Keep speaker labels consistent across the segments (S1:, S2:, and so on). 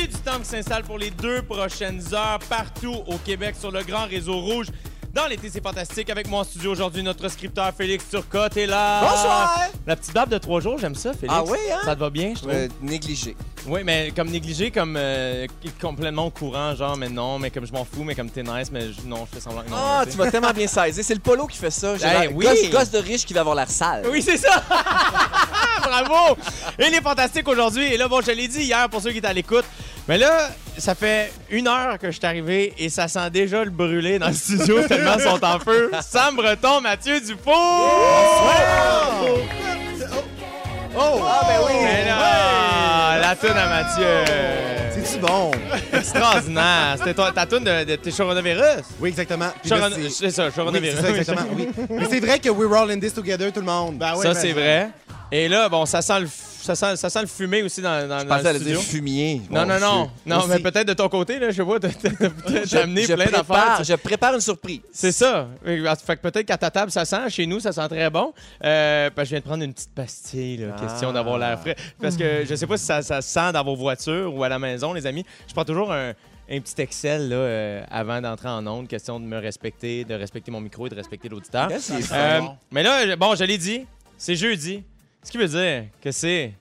S1: septembre s'installe pour les deux prochaines heures partout au Québec sur le grand réseau rouge. Dans l'été, c'est fantastique. Avec moi en studio aujourd'hui, notre scripteur Félix Turcotte est là.
S2: Bonsoir!
S1: La petite barbe de trois jours, j'aime ça, Félix.
S2: Ah oui, hein?
S1: Ça te va bien, je trouve.
S2: Euh, négligé.
S1: Oui, mais comme négligé, comme euh, complètement au courant, genre, mais non, mais comme je m'en fous, mais comme t'es nice, mais je- non, je fais semblant que non.
S2: Ah,
S1: tu
S2: tu m'as tellement bien saisi. C'est le polo qui fait ça. J'ai l'air-
S1: Eh oui.
S2: gosse, gosse de riche qui va avoir l'air sale.
S1: Oui, c'est ça! Bravo! Il est fantastique aujourd'hui. Et là, bon, je l'ai dit hier pour ceux qui étaient à l'écoute. Mais là, ça fait une heure que je suis arrivé et ça sent déjà le brûler dans le studio tellement ils sont en feu. Sam Breton, Mathieu Dufour!
S3: Oh!
S2: Ah, ben oui.
S1: Mais là, la toune à Mathieu!
S3: C'est-tu bon?
S1: Extraordinaire! C'était toi- ta toune de, de tes coronavirus?
S3: Oui, exactement. Puis là,
S1: Chorona-
S3: c'est-
S1: C'est ça,
S3: Oui, c'est
S1: coronavirus.
S3: ça, exactement. oui. Mais c'est vrai que we're all in this together, tout le monde.
S1: ça, c'est vrai. Et là, bon, ça sent le, f- ça sent, ça sent le fumé aussi dans, dans, dans
S2: pensais
S1: le
S2: aller
S1: studio.
S2: dire fumier.
S1: Non, non, non. Non,
S3: Aussi-
S1: mais peut-être de ton côté, là, je vois, t'as- t'as t'as-
S2: Je-
S1: t'as amené
S2: je
S1: plein d'affaires.
S2: prépare, Je prépare une surprise.
S1: C'est ça. Fait que peut-être qu'à ta table, ça sent. Chez nous, ça sent très bon. Euh, parce que je viens de prendre une petite pastille, là,
S2: Ah.
S1: question d'avoir l'air frais. Parce que je sais pas si ça, ça sent dans vos voitures ou à la maison, les amis. Je prends toujours un, un petit Excel là, euh, avant d'entrer en onde, question de me respecter, de respecter mon micro et de respecter l'auditeur.
S2: C'est
S1: Euh, mais là, je- bon, je l'ai dit, c'est jeudi. Ce qui veut dire que c'est...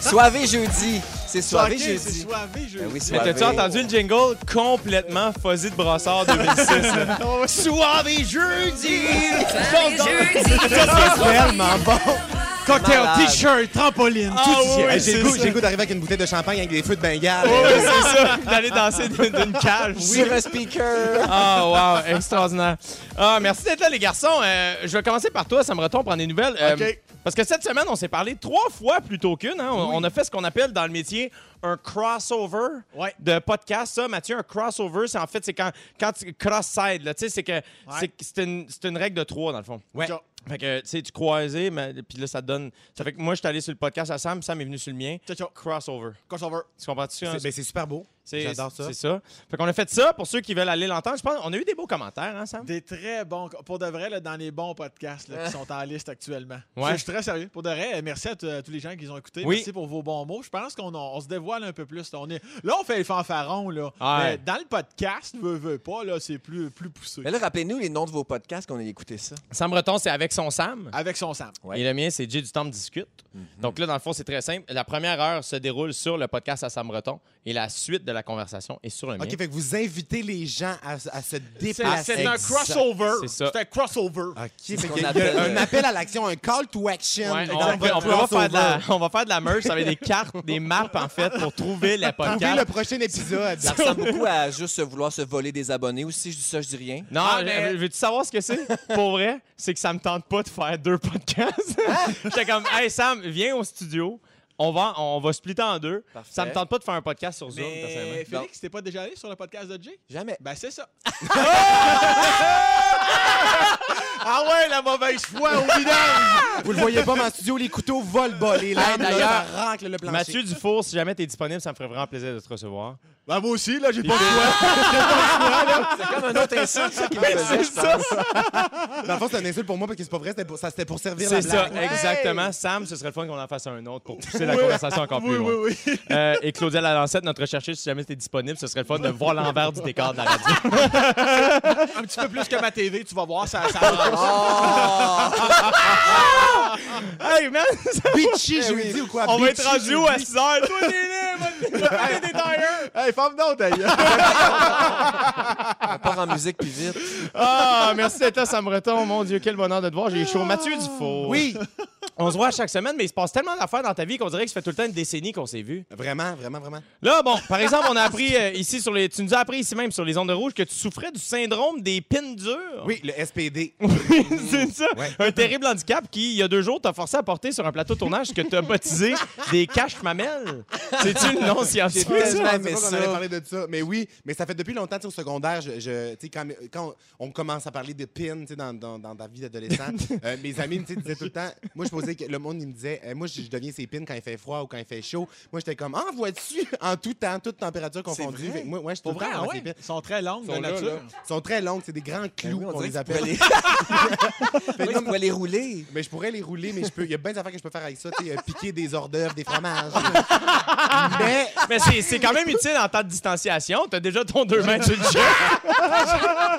S2: Soivé jeudi. C'est soivé jeudi.
S3: soivé, je
S2: Ben oui,
S1: Mais
S2: soivé.
S1: t'as-tu entendu le jingle complètement fuzzy de brassard 2006? là? Soir et jeudi!
S3: Tellement bon!
S1: Cocktail,
S2: Malade.
S1: t-shirt, trampoline,
S3: Ah,
S1: tout
S3: ouais,
S1: y est.
S3: j'ai le goût, j'ai le goût d'arriver avec une bouteille de champagne avec des feux de Bengale.
S1: Ouais, ouais, c'est ça, d'aller danser d'une d'une cage.
S2: Sur un speaker.
S1: Ah, wow, extraordinaire. Ah, merci d'être là, les garçons. Euh, je vais commencer par toi, ça me retombe prendre des nouvelles. Euh,
S3: OK.
S1: Parce que cette semaine, on s'est parlé trois fois plutôt qu'une. hein. On, on a fait ce qu'on appelle dans le métier un crossover
S4: Ouais.
S1: de podcast. Ça, Mathieu, un crossover, c'est en fait, c'est quand, quand tu cross-side, là, tu sais, c'est que c'est- c'est une, c'est une règle de trois, dans le fond.
S3: Ouais.
S4: T'as
S1: Fait que, tu sais, tu croisais, mais- puis là, ça te donne. Ça fait que moi, je suis allé sur le podcast à Sam, Sam est venu sur le mien.
S4: Ciao, ciao.
S1: Crossover.
S4: Crossover.
S1: Tu comprends-tu? hein?
S3: C'est ben, c'est super beau.
S1: C'est-
S3: J'adore ça.
S1: C'est ça. Fait qu'on a fait ça pour ceux qui veulent aller l'entendre. Je pense on a eu des beaux commentaires, hein, Sam?
S4: Des très bons, pour de vrai, là, dans les bons podcasts là, qui sont en liste actuellement.
S1: Ouais.
S4: Je suis très sérieux. Pour de vrai, euh, merci à, t- à tous les gens qui ont écouté.
S1: Oui.
S4: Merci pour vos bons mots. Je pense qu'on en- on se dévoile un peu plus. Là, on, est, là, on fait les fanfarons. Là.
S1: Ouais.
S4: Mais dans le podcast, veux, veux pas, là, c'est plus, plus poussé.
S2: Mais là, rappelez-nous les noms de vos podcasts qu'on a écouté ça.
S1: Sam Breton, c'est avec son
S3: Ah,
S1: Sam.
S4: Avec son Sam.
S2: Ouais.
S1: Et le mien, c'est Jay du Temple discute.
S3: Mm-hmm.
S1: Donc là, dans le fond, c'est très simple. La première heure se déroule sur le podcast à Sam Breton et la suite de la conversation est sur le mien.
S3: OK, fait que vous invitez les gens à, à se
S4: C'est
S3: déplacer.
S4: c'est un
S3: Exact.
S4: crossover.
S1: C'est ça.
S4: un crossover.
S3: OK, fait qu'il
S2: qu'on
S3: y a- il y
S2: appelle,
S3: a
S2: euh,
S3: un appel à l'action, un call to action.
S1: Ouais,
S3: dans
S1: on,
S3: votre
S1: va- on prévoit faire de la-
S3: crossover.
S1: on va faire de la merge avec des cartes, des maps, en fait, pour trouver le
S3: Trouvez le
S1: podcast.
S3: prochain épisode.
S2: Ça ressemble beaucoup à juste se vouloir se voler des abonnés aussi. Je dis ça, je dis rien.
S1: Non,
S4: Ah,
S1: je-
S4: mais-
S1: veux-tu savoir ce que c'est? Pour vrai, c'est que ça me tente pas de faire deux podcasts.
S4: Ah!
S1: J'étais comme, hey Sam, viens au studio. On va, on va splitter en deux.
S2: Parfait.
S1: Ça me tente pas de faire un podcast sur Zoom, personnellement.
S4: Mais Félix, t'es pas déjà allé sur le podcast de Jay?
S2: Jamais.
S4: Ben, c'est ça.
S1: Ah ouais, la mauvaise foi au bilan!
S3: Vous le voyez pas, mais en studio, les couteaux volent bas. Les lames, là,
S1: d'ailleurs,
S3: ça racle le plancher.
S1: Mathieu Dufour, si jamais t'es disponible, ça me ferait vraiment plaisir de te recevoir.
S4: Ben, moi aussi, là, j'ai pas le choix.
S2: C'est comme un autre insulte ça, qui me faisait, je pense.
S3: Dans le fond, c'est un insulte pour moi parce que c'est pas vrai, c'était pour, ça c'était pour servir la
S1: C'est ça,
S3: blague.
S1: exactement. Sam, ce serait le fun qu'on en fasse un autre pour pousser la conversation encore plus
S4: Oui,
S1: loin.
S4: oui, oui.
S1: Euh, et Claudia Lalancette, notre chercheuse, si jamais t'es disponible, ce serait le fun de voir l'envers du décor de la radio.
S4: Un petit peu plus que ma TV, tu vas voir, ça, ça
S2: Ah!
S1: hey man,
S3: Bitchy jeudi ou quoi?
S1: on va
S3: bitchy
S1: être rendu où à 6 heures? Toi, t'es
S4: Hey, femme donc, d'ailleurs.
S2: On part en musique plus vite.
S1: Ah, merci d'être là, Sam Breton. Mon Dieu, quel bonheur de te voir. J'ai chaud. Mathieu Dufour.
S3: Oui,
S2: Ben
S1: On se voit chaque semaine, mais il se passe tellement d'affaires dans ta vie qu'on dirait que ça fait tout le temps une décennie qu'on s'est vu.
S3: vraiment, vraiment, vraiment.
S1: Là, bon, par exemple, on a appris euh, ici sur les. Tu nous as appris ici même sur les ondes rouges que tu souffrais du syndrome des pins dures.
S3: Oui, le SPD.
S1: C'est ça.
S3: Ouais.
S1: Un terrible handicap qui, il y a deux jours, t'a forcé à porter sur un plateau de tournage ce que t'as baptisé des caches mamelles. C'est-tu le nom
S3: J'ai
S1: scientifique?
S2: ça,
S3: tellement
S2: mais
S3: aimé ça.
S2: ça.
S3: qu'on allait parler de ça. Mais oui, mais ça fait depuis longtemps, tu sais, au secondaire, je, je- tu sais, quand, quand on commence à parler de pin, tu sais, dans, dans, dans la vie d'adolescent, euh, mes amis, tu sais, disaient tout le temps, moi, je posais sais, que le monde, il me disait, euh, moi, je, je deviens ses pines quand il fait froid ou quand il fait chaud. Moi, j'étais comme, en vois-tu, en tout temps, toute tempéture confondue.
S2: vrai?
S3: Fait que Moi, ouais, je suis
S4: Pour
S3: tout le
S4: vrai,
S3: temps
S4: ah
S3: dans
S4: ouais?
S3: ses pines.
S4: Ils sont très longues
S3: Ils
S4: de
S3: sont là,
S4: nature.
S3: là. Ils sont très longues, c'est des grands
S2: Ben
S3: clous,
S2: oui, on
S3: on
S2: dirait
S3: les
S2: que tu pourrais
S3: appelle.
S2: les-
S3: Fait que
S2: on
S3: non,
S2: pourrait les rouler.
S3: mais je pourrais les rouler, mais je peux. Il y a bien des affaires que je peux faire avec ça, tu sais, euh, piquer des hors d'œuvre, des fromages. mais
S1: Mais c'est c'est quand même utile en temps de distanciation. T'as déjà ton deux mètres sur le chien.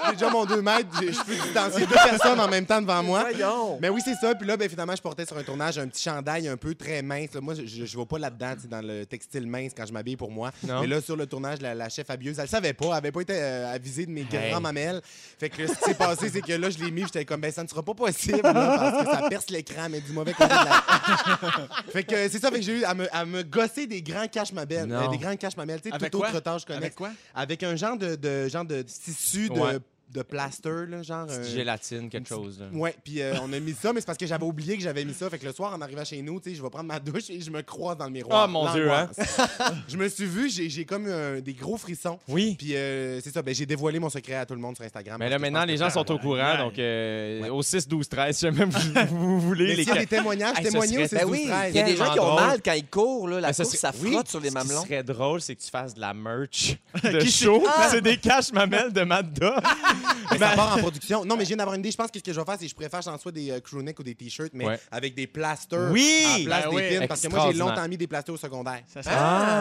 S3: j'ai déjà mon 2 mètres, j'ai- je peux distancier deux personnes en même temps devant moi.
S2: Voyons.
S3: Mais oui, c'est ça. Puis là, ben, finalement, je portais sur un tournage un petit chandail un peu très mince. là. Moi, je ne vais pas là-dedans, tu sais, dans le textile mince quand je m'habille pour moi.
S1: Non.
S3: Mais là, sur le tournage, la, la chef habilleuse, elle ne savait pas. Elle n'avait pas été euh, avisée de mes
S1: Hey.
S3: grands mamelles. Fait que là, ce qui s'est passé, c'est que là, je l'ai mis. J'étais comme, ben, ça ne sera pas possible là, parce que ça perce l'écran, mais du mauvais côté de la- fait que euh, c'est ça. Fait que j'ai eu à me, à me gosser des grands caches mamelles. euh,
S2: Non.
S3: des grands caches mamelles. Tu sais,
S4: Avec
S3: tout autre
S4: quoi?
S3: tâche
S4: Avec
S3: connexe.
S4: quoi?
S3: Avec un genre de, de- genre de tissu de,
S1: Ouais.
S3: de plaster, là, genre. euh,
S1: Gélatine, quelque chose. là.
S3: Ouais, puis euh, on a mis ça, mais c'est parce que j'avais oublié que j'avais mis ça. Fait que le soir, en arrivant chez nous, tu sais, je vais prendre ma douche et je me croise dans le miroir.
S1: Ah, mon Dieu, hein?
S3: L'angoisse. je me suis vu, j'ai j'ai comme eu un- des gros frissons.
S1: Oui.
S3: Puis euh, c'est ça, ben, j'ai dévoilé mon secret à tout le monde sur
S2: Ah,
S3: Instagram.
S1: Mais là,
S3: Parce que je
S1: maintenant,
S3: pense
S1: les
S3: que-
S1: gens sont au courant.
S4: Ouais.
S1: Donc, euh, au 6, 12, 13, si jamais vous, vous voulez.
S3: Mais
S1: les
S3: s'il y a
S1: ca-
S3: des témoignages,
S1: Hey, ce
S3: témoignez
S1: serait-
S3: aussi.
S2: Ben oui, il y a des
S1: hein.
S2: gens qui ont mal quand ils courent. Là. La
S1: Mais ce
S2: course, ça
S1: serait- Ben oui,
S2: frotte sur les
S1: Ce
S2: mamelons.
S1: qui serait drôle, c'est que tu fasses de la merch de show.
S2: Ah!
S1: C'est des caches mamelles de Madda.
S3: Mais ça part en production. Non, mais je viens d'avoir une idée. Je pense que ce que je vais faire, c'est que je préfère j'en soit des euh, crew necks ou des t-shirts, mais
S1: Ouais.
S3: avec des plasters
S1: Oui!
S3: en place
S4: Ben
S3: des
S4: oui.
S3: pins. Parce que moi, j'ai
S1: Extraordinaire.
S3: longtemps mis des plasters au secondaire. Ah!
S4: Ça serait-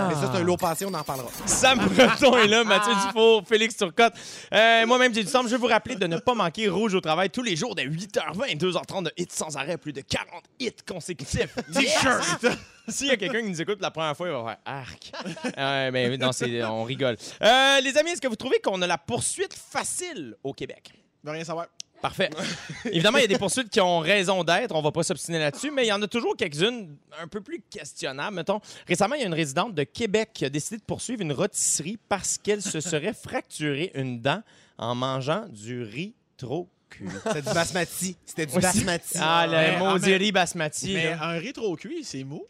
S3: Mais ça, c'est un lourd passé, on en parlera.
S1: Sam Breton est là, Mathieu
S2: Ah!
S1: Dufour, Félix Turcotte. Euh, Moi-même, j'ai du temps. Je vais vous rappeler de ne pas manquer Rouge au travail tous les jours dès 8h20, 2h30 de hits sans arrêt, plus de 40 hits consécutifs. T-shirt! S'il y a quelqu'un qui nous écoute pour la première fois, il va faire arc. Euh, mais non, c'est- on rigole. Euh, les amis, est-ce que vous trouvez qu'on a la poursuite facile au Québec?
S4: Je veux rien savoir.
S1: Parfait. Évidemment, il y a des poursuites qui ont raison d'être. On va pas s'obstiner là-dessus, mais il y en a toujours quelques-unes un peu plus questionnables. Mettons, récemment, il y a une résidente de Québec qui a décidé de poursuivre une rôtisserie parce qu'elle se serait fracturée une dent en mangeant du riz trop cuit.
S3: C'était du basmati. C'était du
S1: Aussi-
S3: basmati.
S1: Ah, le
S4: Mais-
S1: maudit
S4: ah, mais-
S1: riz basmati.
S4: Mais
S1: là.
S4: un rétro cuit, c'est mou.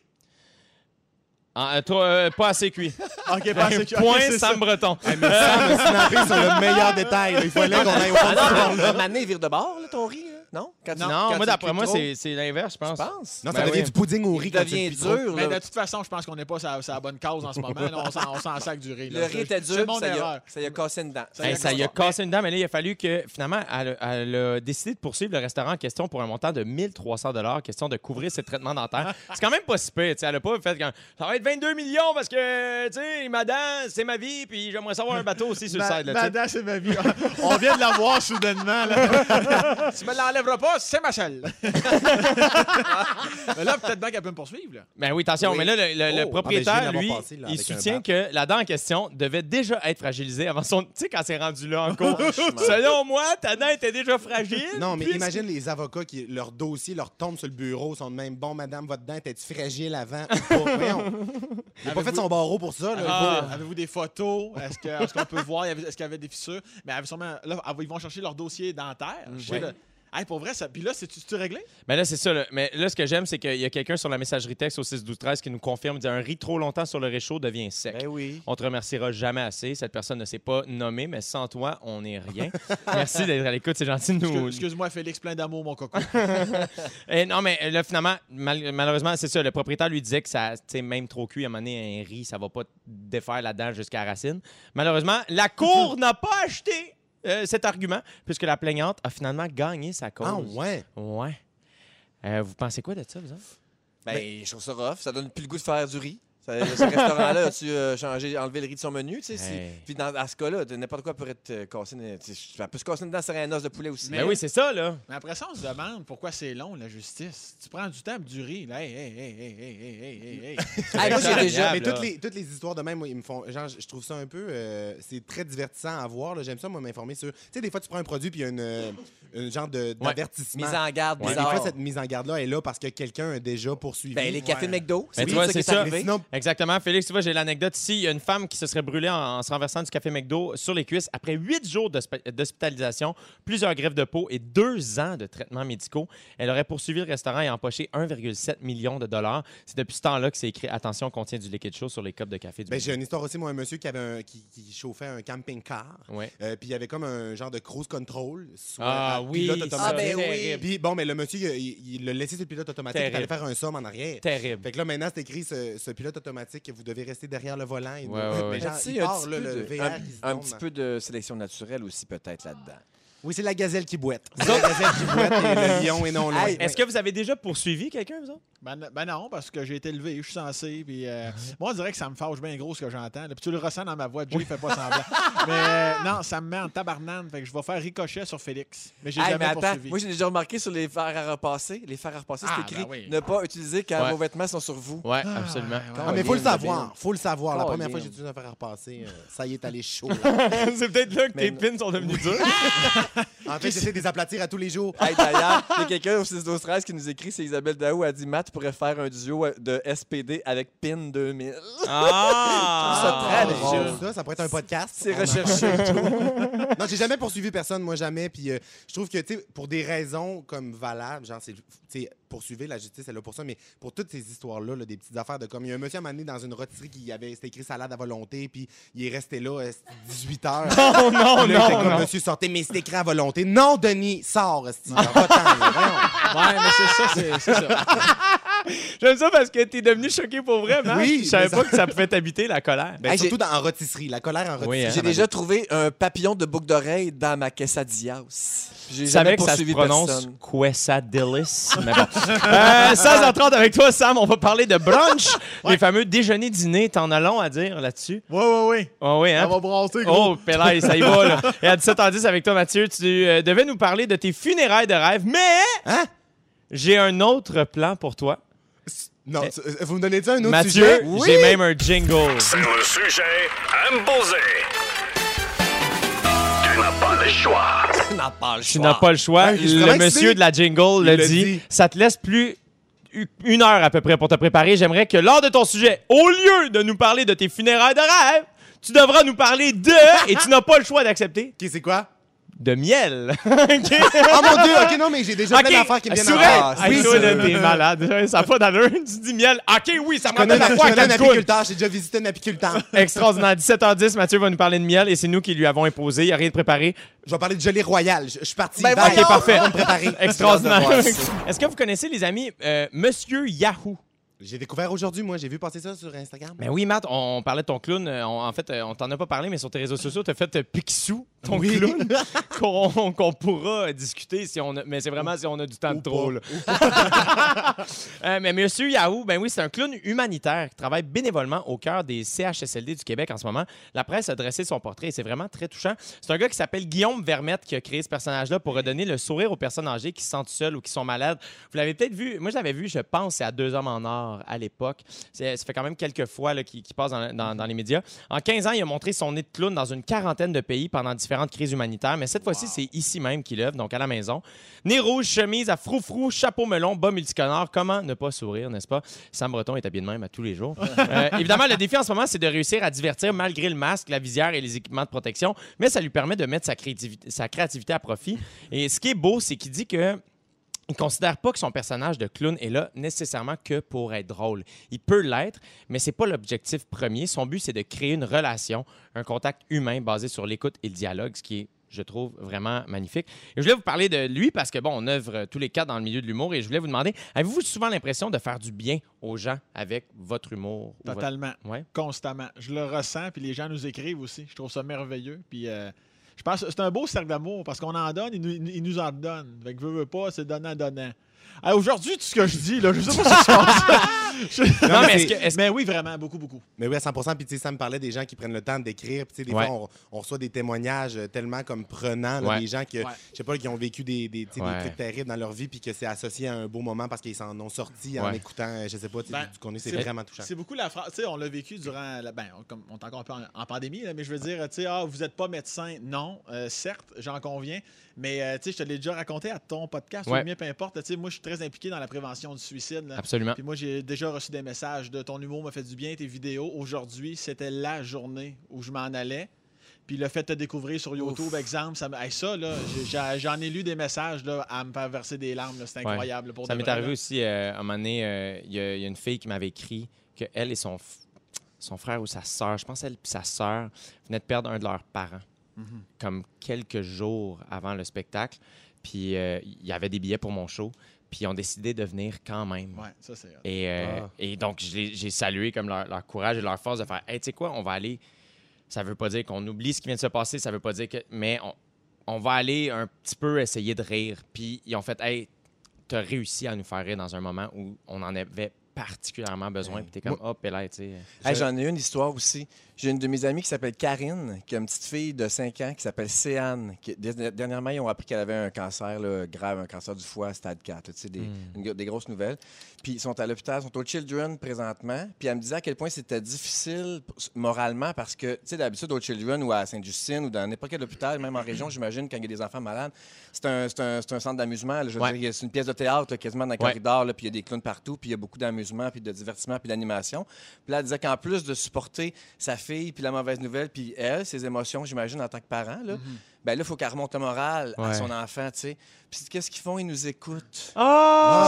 S1: Ah, euh, toi, euh, pas assez cuit.
S4: Ah, OK,
S1: Point
S4: pas assez cuit. OK,
S1: Point
S4: c'est ça.
S1: Sam Breton.
S3: Ça me snapper sur le meilleur détail. là. Il fallait qu'on aille au fond du
S2: Ah
S3: trou.
S2: non, mais Mané vire de bord, là, ton riz, là. non? Quand tu-
S1: Non,
S2: quand
S1: moi,
S2: tu
S1: d'après
S2: le
S1: moi,
S2: cuis
S1: c'est c'est l'inverse, je
S2: trop,
S1: pense.
S2: Tu penses?
S3: Non, ça
S1: Ben
S3: devient
S1: oui.
S3: du pudding au riz
S2: Il
S3: quand tu le
S2: devient
S3: cuis trop.
S2: dur,
S4: Mais de
S2: là.
S4: toute façon, je pense qu'on n'est pas sur la bonne cause en ce moment. là. on s'en- on s'en sac du riz. là.
S2: Le riz était
S4: C'est
S2: dur, puis
S4: mon
S2: ça y
S4: erreur.
S2: a- ça y a cassé une dent.
S4: Ça
S1: Hey, ça y a
S4: Mais-
S1: cassé une dent, mais là, il a fallu que, finalement, elle, a- elle a décidé de poursuivre le restaurant en question pour un montant de 1300 question de couvrir ses traitements dentaires. C'est quand même pas si pire, tu sais. Elle a pas fait qu'un- ça va être 22 millions parce que, tu sais, madame, c'est ma vie, puis j'aimerais savoir un bateau aussi sur le
S4: Ma-
S1: side, là, tu sais.
S4: Madame, c'est ma vie. On vient de la voir soudainement. là. tu me l'enlèveras pas, c'est ma selle. Mais là, peut-être bien qu'elle peut me poursuivre. Là.
S1: Ben oui, attention,
S2: Oui.
S1: mais là, le, le- le
S2: Oh,
S1: propriétaire,
S3: ah, ben, je viens
S1: lui,
S3: d'avoir passé, là,
S1: il
S3: avec un
S1: soutient
S3: bat.
S1: que la dent en question devait déjà être fragilisée avant son. Tu sais, quand c'est rendu là en cours.
S2: Franchement.
S1: Selon moi, ta dent était déjà fragile.
S3: Non, mais
S1: puis-
S3: imagine les avocats qui leur dossier leur tombe sur le bureau, sont de même bon madame, votre dent était fragile avant ou pas? Voyons. Il a pas fait son barreau pour ça là.
S1: Ah.
S4: Avez-vous avez-vous des photos? Est-ce que- est-ce qu'on peut voir? Est-ce qu'il y avait des fissures? Mais elle- sûrement, là, ils vont chercher leur dossier dentaire.
S2: Mm.
S4: chez
S1: Ouais.
S4: le- Hey, pour vrai, ça... puis là, c'est-tu c'est-tu réglé?
S1: Mais là, c'est ça. là. Mais là, ce que j'aime, c'est qu'il y a quelqu'un sur la messagerie texte au 6-12-13 qui nous confirme dit un riz trop longtemps sur le réchaud devient sec.
S2: Ben oui.
S1: On te remerciera jamais assez. Cette personne ne s'est pas nommée, mais sans toi, on n'est rien. Merci d'être à l'écoute. C'est gentil de
S4: Excuse-
S1: nous.
S4: Excuse-moi, Félix, plein d'amour, mon coco.
S1: Eh, non, mais là, finalement, mal- malheureusement, c'est ça. Le propriétaire lui disait que ça, tu sais, même trop cuit, à un moment donné, un riz, ça va pas défaire la dent jusqu'à la racine. Malheureusement, la cour n'a pas acheté euh, cet argument, puisque la plaignante a finalement gagné sa cause.
S3: Ah ouais.
S1: Ouais. Euh, vous pensez quoi de ça, vous autres?
S2: Ben, je trouve ça rough. Ça donne plus le goût de faire du riz. Ça- ce restaurant-là, as-tu euh, changé, enlevé le riz de son menu? tu sais, si-
S1: Hey.
S2: Puis dans, à ce cas-là, de- n'importe quoi pourrait être euh, cassé. une- tu sais, Ça peut se casser une dent, ça serait un os de poulet aussi.
S1: Ben oui, c'est ça, là.
S4: Mais après ça, on se demande pourquoi c'est long, la justice. Tu prends du temps pour du riz. Là, hey, hey, hey, hey, hey, hey, hey, hey, hey.
S2: Ah, moi, j'ai déjà-
S1: Incroyable,
S3: mais toutes
S1: là.
S3: les, toutes les histoires de même, moi, ils me font. Genre, je trouve ça un peu. euh, c'est très divertissant à voir. là. J'aime ça, moi, m'informer sur. Tu sais, des fois, tu prends un produit puis il y a une, euh, une genre de- d'avertissement.
S2: Mise en garde,
S3: Mais
S2: bizarre.
S3: Des fois, cette mise en garde-là est là parce que quelqu'un a déjà poursuivi.
S2: Ben, les cafés
S4: Ouais.
S2: McDo,
S1: Ben,
S2: c'est
S1: tu vois,
S2: ça qui
S1: c'est
S2: est
S1: ça.
S2: arrivé.
S3: Sinon,
S1: Exactement. Félix, tu vois, j'ai l'anecdote ici. Il y a une femme qui se serait brûlée en, en se renversant du café McDo sur les cuisses après huit jours d'hosp- d'hospitalisation, plusieurs greffes de peau et deux ans de traitements médicaux. Elle aurait poursuivi le restaurant et empoché 1,7 million de dollars. C'est depuis ce temps-là que c'est écrit Attention, contient du liquide chaud sur les copes de café du
S3: Ben, j'ai une histoire aussi, moi, un monsieur qui, avait un- qui, qui chauffait un camping-car.
S1: Ouais.
S3: euh, puis il y avait comme un genre de cruise control. sur
S1: Ah
S3: un
S1: oui,
S3: pilote
S1: ça,
S3: automatique.
S2: Ah, ben
S1: terrible.
S2: oui.
S3: Puis bon, mais le monsieur, il- il il l'a laissé sur le pilote automatique. Il est allé
S1: Terrible.
S3: faire un somme en arrière.
S1: Terrible.
S3: Fait que là, maintenant, c'est écrit ce, ce pilote automatique que vous devez rester derrière le volant. Et
S1: Ouais, ouais, ouais.
S3: Mais genre,
S2: Tu sais,
S3: il
S2: un
S3: part,
S2: petit
S3: là,
S2: peu
S3: le
S2: de-
S3: VR
S2: un-
S3: qui se
S2: un
S3: tourne.
S2: petit peu de sélection naturelle aussi, peut-être, là-dedans.
S3: Oui, c'est la gazelle qui boite. C'est la gazelle qui boite et le lion et non le
S2: Hey,
S1: Est-ce que vous avez déjà poursuivi quelqu'un, vous autres?
S4: Ben, ben non, parce que j'ai été élevé, je suis censé. Puis, euh,
S2: Uh-huh.
S4: moi, on dirait que ça me fâche bien gros ce que j'entends. là. Puis tu le ressens dans ma voix, Jay fait pas semblant. mais euh, non, ça me met en tabarnane. Fait que je vais faire ricochet sur Félix. Mais j'ai
S2: Hey, mais
S4: jamais
S2: attends,
S4: poursuivi.
S2: moi j'ai déjà remarqué sur les fers à repasser, les fers à repasser,
S1: Ah,
S2: c'est
S1: ben
S2: écrit
S1: oui.
S2: ne pas utiliser car
S1: Ouais.
S2: vos vêtements sont sur vous.
S1: Ouais, absolument.
S4: ouais,
S3: Ah, mais faut le
S2: Oh, bien,
S3: savoir, faut le savoir. La
S2: Oh,
S3: première
S2: bien.
S3: fois que j'ai dû me faire repasser, euh, ça y est, allé chaud.
S1: c'est peut-être là que
S2: Mais-
S1: tes pins sont devenus durs.
S3: En fait, j'essaie de les aplatir à tous les jours.
S2: Hey, D'ailleurs, il y a quelqu'un au 6 12 13 qui nous écrit c'est Isabelle Daou a dit Matt pourrait faire un duo euh, de SPD avec PIN 2000.
S1: Ah!
S2: Ça très drôle.
S3: drôle, ça, ça pourrait être un podcast.
S1: Oh,
S2: C'est
S3: On en-
S2: recherché.
S3: Non, j'ai jamais poursuivi personne, moi jamais. Puis euh, je trouve que, tu sais, pour des raisons comme valables, genre, c'est, tu sais, poursuivez la justice, elle est là pour ça, mais pour toutes ces histoires-là, là, des petites affaires de comme, il y a un monsieur à un moment donné dans une rôtisserie qui avait, c'était écrit salade à volonté, puis il est resté là euh, 18 heures.
S1: Oh non,
S3: Puis là, il était
S1: non,
S3: comme,
S1: non.
S3: monsieur, sortez, mais c'est écrit à volonté. Non, Denis, sors, esti, genre, va-t'en, là, voyons.
S4: Ouais, mais c'est ça, c'est- c'est ça.
S1: J'aime ça parce que t'es devenu choqué pour vrai, Matt.
S3: Oui,
S1: Je savais
S3: mais
S1: pas que ça pouvait t'habiter, la colère.
S3: Ben,
S2: Hey,
S3: surtout dans, en rôtisserie, la colère en rôtisserie.
S1: Oui, hein.
S2: J'ai déjà trouvé un papillon de boucle d'oreille dans ma quesadillas. J'ai
S1: Je savais
S2: jamais
S1: que ça se
S2: poursuivi
S1: prononce
S2: personne.
S1: Quesadillas. mais bon. Euh, 16h30 avec toi, Sam. On va parler de brunch, les fameux déjeuner-dîner. T'en as long à dire là-dessus.
S4: Ouais, ouais, ouais.
S1: Ah oui, hein?
S4: On va brasser, gros.
S1: Oh, Pélay, ça y va, là. Et à 17h10 avec toi, Mathieu, tu euh, devais nous parler de tes funérailles de rêve, mais
S3: Hein?
S1: j'ai un autre plan pour toi.
S3: Non,
S2: Eh,
S3: tu- euh, vous me donnez ça un autre
S1: Mathieu,
S3: sujet?
S1: j'ai même un jingle.
S5: C'est le sujet imposé. Tu n'as pas le choix.
S2: N'en parle
S1: Tu n'as pas le choix.
S3: Ouais, je suis
S1: le
S3: vraiment
S1: monsieur
S3: excité.
S1: de la jingle
S3: l'a
S1: le dit.
S3: dit.
S1: Ça te laisse plus u- une heure à peu près pour te préparer. J'aimerais que lors de ton sujet, au lieu de nous parler de tes funérailles de rêve, tu devras nous parler de, et tu n'as pas le choix d'accepter,
S3: Ok, c'est quoi?
S1: de miel. OK?
S3: Oh mon dieu, ok, non, mais j'ai déjà plein d'affaires qui me
S1: Ah,
S3: viennent
S1: Sourette!
S3: en
S1: Ah,
S3: Oui,
S1: toi, là,
S3: c'est-
S1: t'es malade. Ça n'a pas d'allure. Tu dis miel. OK, oui, ça me
S3: Je connais
S1: rappelle la
S3: la-
S1: fois
S3: je connais un
S1: à Cancun.
S3: apiculteur, j'ai déjà visité un apiculteur.
S1: Extraordinaire. 17h10, Mathieu va nous parler de miel et c'est nous qui lui avons imposé. Il n'y a rien de préparé.
S3: Je vais parler de gelée royale. Je je suis parti.
S2: Ben
S3: hiver.
S2: voyons!
S1: OK, parfait.
S3: On va me préparer.
S1: Extraordinaire.
S2: J'ai hâte de voir ça.
S1: Est-ce que vous connaissez, les amis, euh, Monsieur Yahoo?
S3: J'ai découvert aujourd'hui, moi, j'ai vu passer ça sur Instagram.
S1: Ben oui, Matt, on parlait de ton clown. Euh, on- en fait, euh, on t'en a pas parlé, mais sur tes réseaux sociaux, t'as fait euh, Picsou, ton
S3: Oui.
S1: clown, qu'on qu'on pourra euh, discuter si on a, mais c'est vraiment si on a du temps de trop. là. Euh, mais Monsieur Yahoo, ben oui, c'est un clown humanitaire qui travaille bénévolement au cœur des CHSLD du Québec en ce moment. La presse a dressé son portrait et c'est vraiment très touchant. C'est un gars qui s'appelle Guillaume Vermette qui a créé ce personnage-là pour redonner le sourire aux personnes âgées qui se sentent seules ou qui sont malades. Vous l'avez peut-être vu, moi je l'avais vu, je pense, c'est à Deux hommes en or à l'époque. C'est- Ça fait quand même quelques fois là, qu'il qu'il passe dans, dans- dans les médias. En 15 ans, il a montré son nez de clown dans une quarantaine de pays pendant différentes crises humanitaires, mais cette fois-ci, c'est ici même qu'il œuvre, donc à la maison. Nez rouge, chemise à froufrou, chapeau melon, bas multicolore. Comment ne pas sourire, n'est-ce pas? Sam Breton est habillé de même à tous les jours. Euh, évidemment, le défi en ce moment, c'est de réussir à divertir malgré le masque, la visière et les équipements de protection, mais ça lui permet de mettre sa créativité, sa créativité à profit. Et ce qui est beau, c'est qu'il dit que. Il considère pas que son personnage de clown est là nécessairement que pour être drôle. Il peut l'être, mais c'est pas l'objectif premier. Son but, c'est de créer une relation, un contact humain basé sur l'écoute et le dialogue, ce qui est je trouve vraiment magnifique. Et je voulais vous parler de lui parce que, bon, on œuvre euh, tous les quatre dans le milieu de l'humour et je voulais vous demander, avez-vous souvent l'impression de faire du bien aux gens avec votre humour?
S2: Oh.
S1: ou votre-
S4: Totalement.
S1: Ouais.
S4: constamment. Je le ressens, puis les gens nous écrivent aussi. Je trouve ça merveilleux. Puis euh, je pense que c'est un beau cercle d'amour parce qu'on en donne, ils nous, ils nous en donnent. Fait que veux, veux pas, c'est donnant-donnant. Hey, Aujourd'hui, tout ce que je dis, là, je sais pas ce qui se passe. Je-
S1: Non,
S3: mais
S1: mais est-ce que...
S3: c'est-
S1: est-ce que-
S4: Mais oui, vraiment, beaucoup, beaucoup.
S3: Mais oui, à 100 Puis, tu sais, ça me parlait des gens qui prennent le temps d'écrire. Puis, tu sais, des
S1: Ouais.
S3: fois, on, on reçoit des témoignages euh, tellement comme prenants, là,
S1: Ouais.
S3: des gens qui, euh,
S4: Ouais.
S3: je sais pas, qui ont vécu des, des, tu sais, des
S1: Ouais.
S3: trucs terribles dans leur vie, puis que c'est associé à un beau moment parce qu'ils s'en ont sorti en
S1: Ouais.
S3: écoutant, euh, je sais pas, tu sais,
S4: Ben,
S3: du qu'on est, c'est
S4: c'est-
S3: vraiment touchant.
S4: C'est beaucoup la phrase. Tu sais, on l'a vécu durant. La, ben, on, comme, on est encore un peu en, en pandémie, là, mais je veux dire, tu sais, ah, vous n'êtes pas médecin. Non, euh, certes, j'en conviens. Mais, euh, tu sais, je te l'ai déjà raconté à ton podcast,
S1: Ouais.
S4: ou mien, peu importe. Tu sais, moi, je suis très impliqué dans la prévention du suicide. là.
S1: Absolument.
S4: Puis moi, j'ai déjà reçu des messages de ton humour m'a fait du bien, tes vidéos. Aujourd'hui, c'était la journée où je m'en allais. Puis le fait de te découvrir sur YouTube, exemple, ça, m'a- hey, ça là, j'ai- j'ai- j'en ai lu des messages là, à me faire verser des larmes. là. C'est
S1: Ouais.
S4: incroyable. là, Pour
S1: Ça
S4: de
S1: m'est
S4: vrai, là.
S1: arrivé aussi, euh, à un moment donné, euh, il y, a- il y a une fille qui m'avait écrit qu'elle et son, f- son frère ou sa sœur, je pense elle et sa sœur, venaient de perdre un de leurs parents,
S4: Mhm.
S1: comme quelques jours avant le spectacle. Puis euh, il y avait des billets pour mon show, puis ils ont décidé de venir quand même.
S4: Ouais, ça, c'est hot.
S1: Et, euh,
S3: Ah.
S1: et donc, je l'ai- j'ai salué comme leur, leur courage et leur force de faire Hey, tu sais quoi, on va aller. Ça veut pas dire qu'on oublie ce qui vient de se passer, ça veut pas dire que. Mais on, on va aller un petit peu essayer de rire. Puis ils ont fait Hey, t'as réussi à nous faire rire dans un moment où on en avait particulièrement besoin. Puis t'es comme Hop, et là, tu sais.
S2: Hey, J'en ai une histoire aussi. J'ai une de mes amies qui s'appelle Karine, qui a une petite fille de 5 ans qui s'appelle Céane. qui- derni- dernièrement, ils ont appris qu'elle avait un cancer là, grave, un cancer du foie, stade 4. là, tu sais, des,
S1: Hmm.
S2: une gro- des grosses nouvelles. Puis ils sont à l'hôpital, sont au Children présentement. Puis elle me disait à quel point c'était difficile p- moralement parce que, tu sais, d'habitude, au Children ou à Sainte-Justine ou dans n'importe quel hôpital, même en région, j'imagine, quand il y a des enfants malades, c'est un, c'est un- c'est un centre d'amusement. là, Je veux
S1: Ouais.
S2: dire, c'est une pièce de théâtre là, quasiment dans le
S1: Ouais.
S2: corridor, là, puis il y a des clowns partout, puis il y a beaucoup d'amusement, puis de divertissement, puis d'animation. Puis là, elle disait qu'en plus de supporter sa fille, puis la mauvaise nouvelle, puis elle, ses émotions, j'imagine, en tant que parent, là, ben là, il faut qu'elle remonte le moral à
S1: Mhm. Ouais.
S2: son enfant, tu sais. Puis qu'est-ce qu'ils font? Ils nous écoutent.
S1: Ah!
S2: ben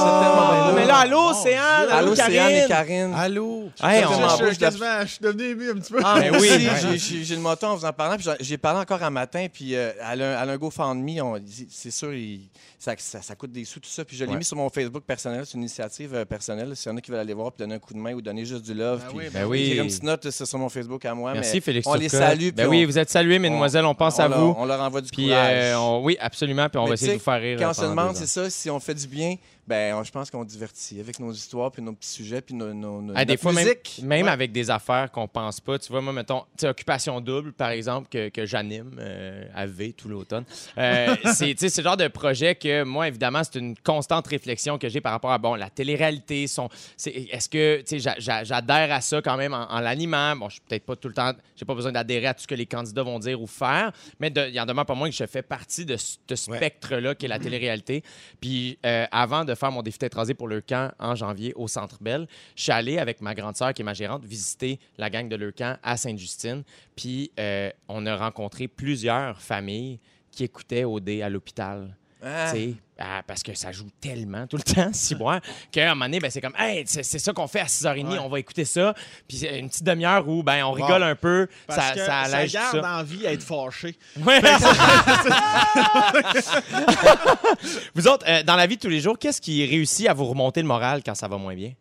S2: là.
S1: mais là, allô,
S4: Mon
S1: Océane!
S4: Dieu.
S2: Allô, Céane et
S1: ben Karine! Ah,
S2: Karine.
S3: Allô?
S1: Hey,
S2: Je
S1: on-
S2: suis tellement
S4: Je-
S2: beau,
S4: je-
S2: je l'ai-
S4: quasiment- je suis devenu ému un petit peu.
S2: Ah, mais
S1: Ben oui.
S2: oui,
S1: Ouais.
S2: j'ai- j'ai- j'ai le moton en vous en parlant. Puis j'en- j'ai parlé encore un matin, puis euh, elle, a un, elle a un GoFundMe. on- C'est sûr, il- ça, ça- ça coûte des sous, tout ça. Puis je l'ai
S1: Ouais.
S2: mis sur mon Facebook personnel. C'est une initiative euh, personnelle. S'il y en a qui veulent aller voir, puis donner un coup de main ou donner juste du love.
S4: Ben
S2: puis
S4: oui,
S1: Ben
S2: écrire
S1: oui.
S2: une petite note c'est sur mon Facebook à moi.
S1: Merci,
S2: mais
S1: Félix.
S2: On les
S1: Turcotte.
S2: salue. puis
S1: Ben
S2: on-
S1: oui, vous êtes salués, mesdemoiselles, on pense
S2: on
S1: à
S2: leur-
S1: vous.
S2: On leur envoie du
S1: Puis,
S2: courage.
S1: euh, on- oui, absolument. Puis on
S2: Mais
S1: va
S2: tu
S1: essayer de
S2: sais,
S1: vous faire rire. euh,
S2: Quand on se
S1: pendant
S2: demande,
S1: deux
S2: c'est
S1: ans.
S2: ça, si on fait du bien, ben, on- je pense qu'on divertit avec nos histoires, puis nos petits sujets, puis nos, nos, nos-
S1: Ah, des
S2: notre
S1: fois, même,
S2: musique.
S1: même
S2: Ouais.
S1: avec des affaires qu'on pense pas. Tu vois, moi, mettons, tu sais, Occupation Double, par exemple, que, que j'anime euh, à V tout l'automne. Euh, c'est tu sais, c'est le genre de projet que, moi, évidemment, c'est une constante réflexion que j'ai par rapport à bon, la télé-réalité. son- c'est- Est-ce que tu sais, j'a- j'a- j'adhère à ça quand même en, en l'animant? Bon, je suis peut-être pas tout le temps, j'ai pas besoin d'adhérer à tout ce que les candidats vont dire ou faire, mais de- il y en demeure pas moins que je fais partie de ce de ce
S3: Ouais.
S1: spectre-là qui est la télé-réalité. Puis euh, avant de faire mon défi tête rasée pour le camp en janvier au Centre Bell, je suis allé avec ma grande sœur qui est ma gérante visiter la gang de Leucan à Sainte-Justine. Puis euh, on a rencontré plusieurs familles qui écoutaient OD à l'hôpital.
S2: Ah.
S1: Tu sais, ah, parce que ça joue tellement tout le temps, si moi, qu'à un moment donné, ben, c'est comme, hey, c'est c'est ça qu'on fait à 6h30,
S4: Ouais.
S1: on va écouter ça. Puis c'est une petite demi-heure où ben, on rigole un peu,
S4: Parce
S1: ça,
S4: que
S1: ça allège tout
S4: garde
S1: ça.
S4: envie d'être fâché.
S1: Ouais. vous autres, euh, dans la vie de tous les jours, qu'est-ce qui réussit à vous remonter le moral quand ça va moins bien?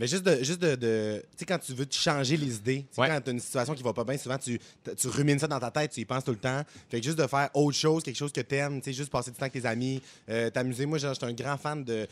S3: Mais juste de. Juste de, de- tu sais, quand tu veux te changer les idées, tu sais,
S1: Ouais.
S3: quand tu as une situation qui va pas bien, souvent, tu, t- tu rumines ça dans ta tête, tu y penses tout le temps. Fait que juste de faire autre chose, quelque chose que t'aimes, tu sais, juste passer du temps avec tes amis, euh, t'amuser. Moi, genre, je suis un grand fan de.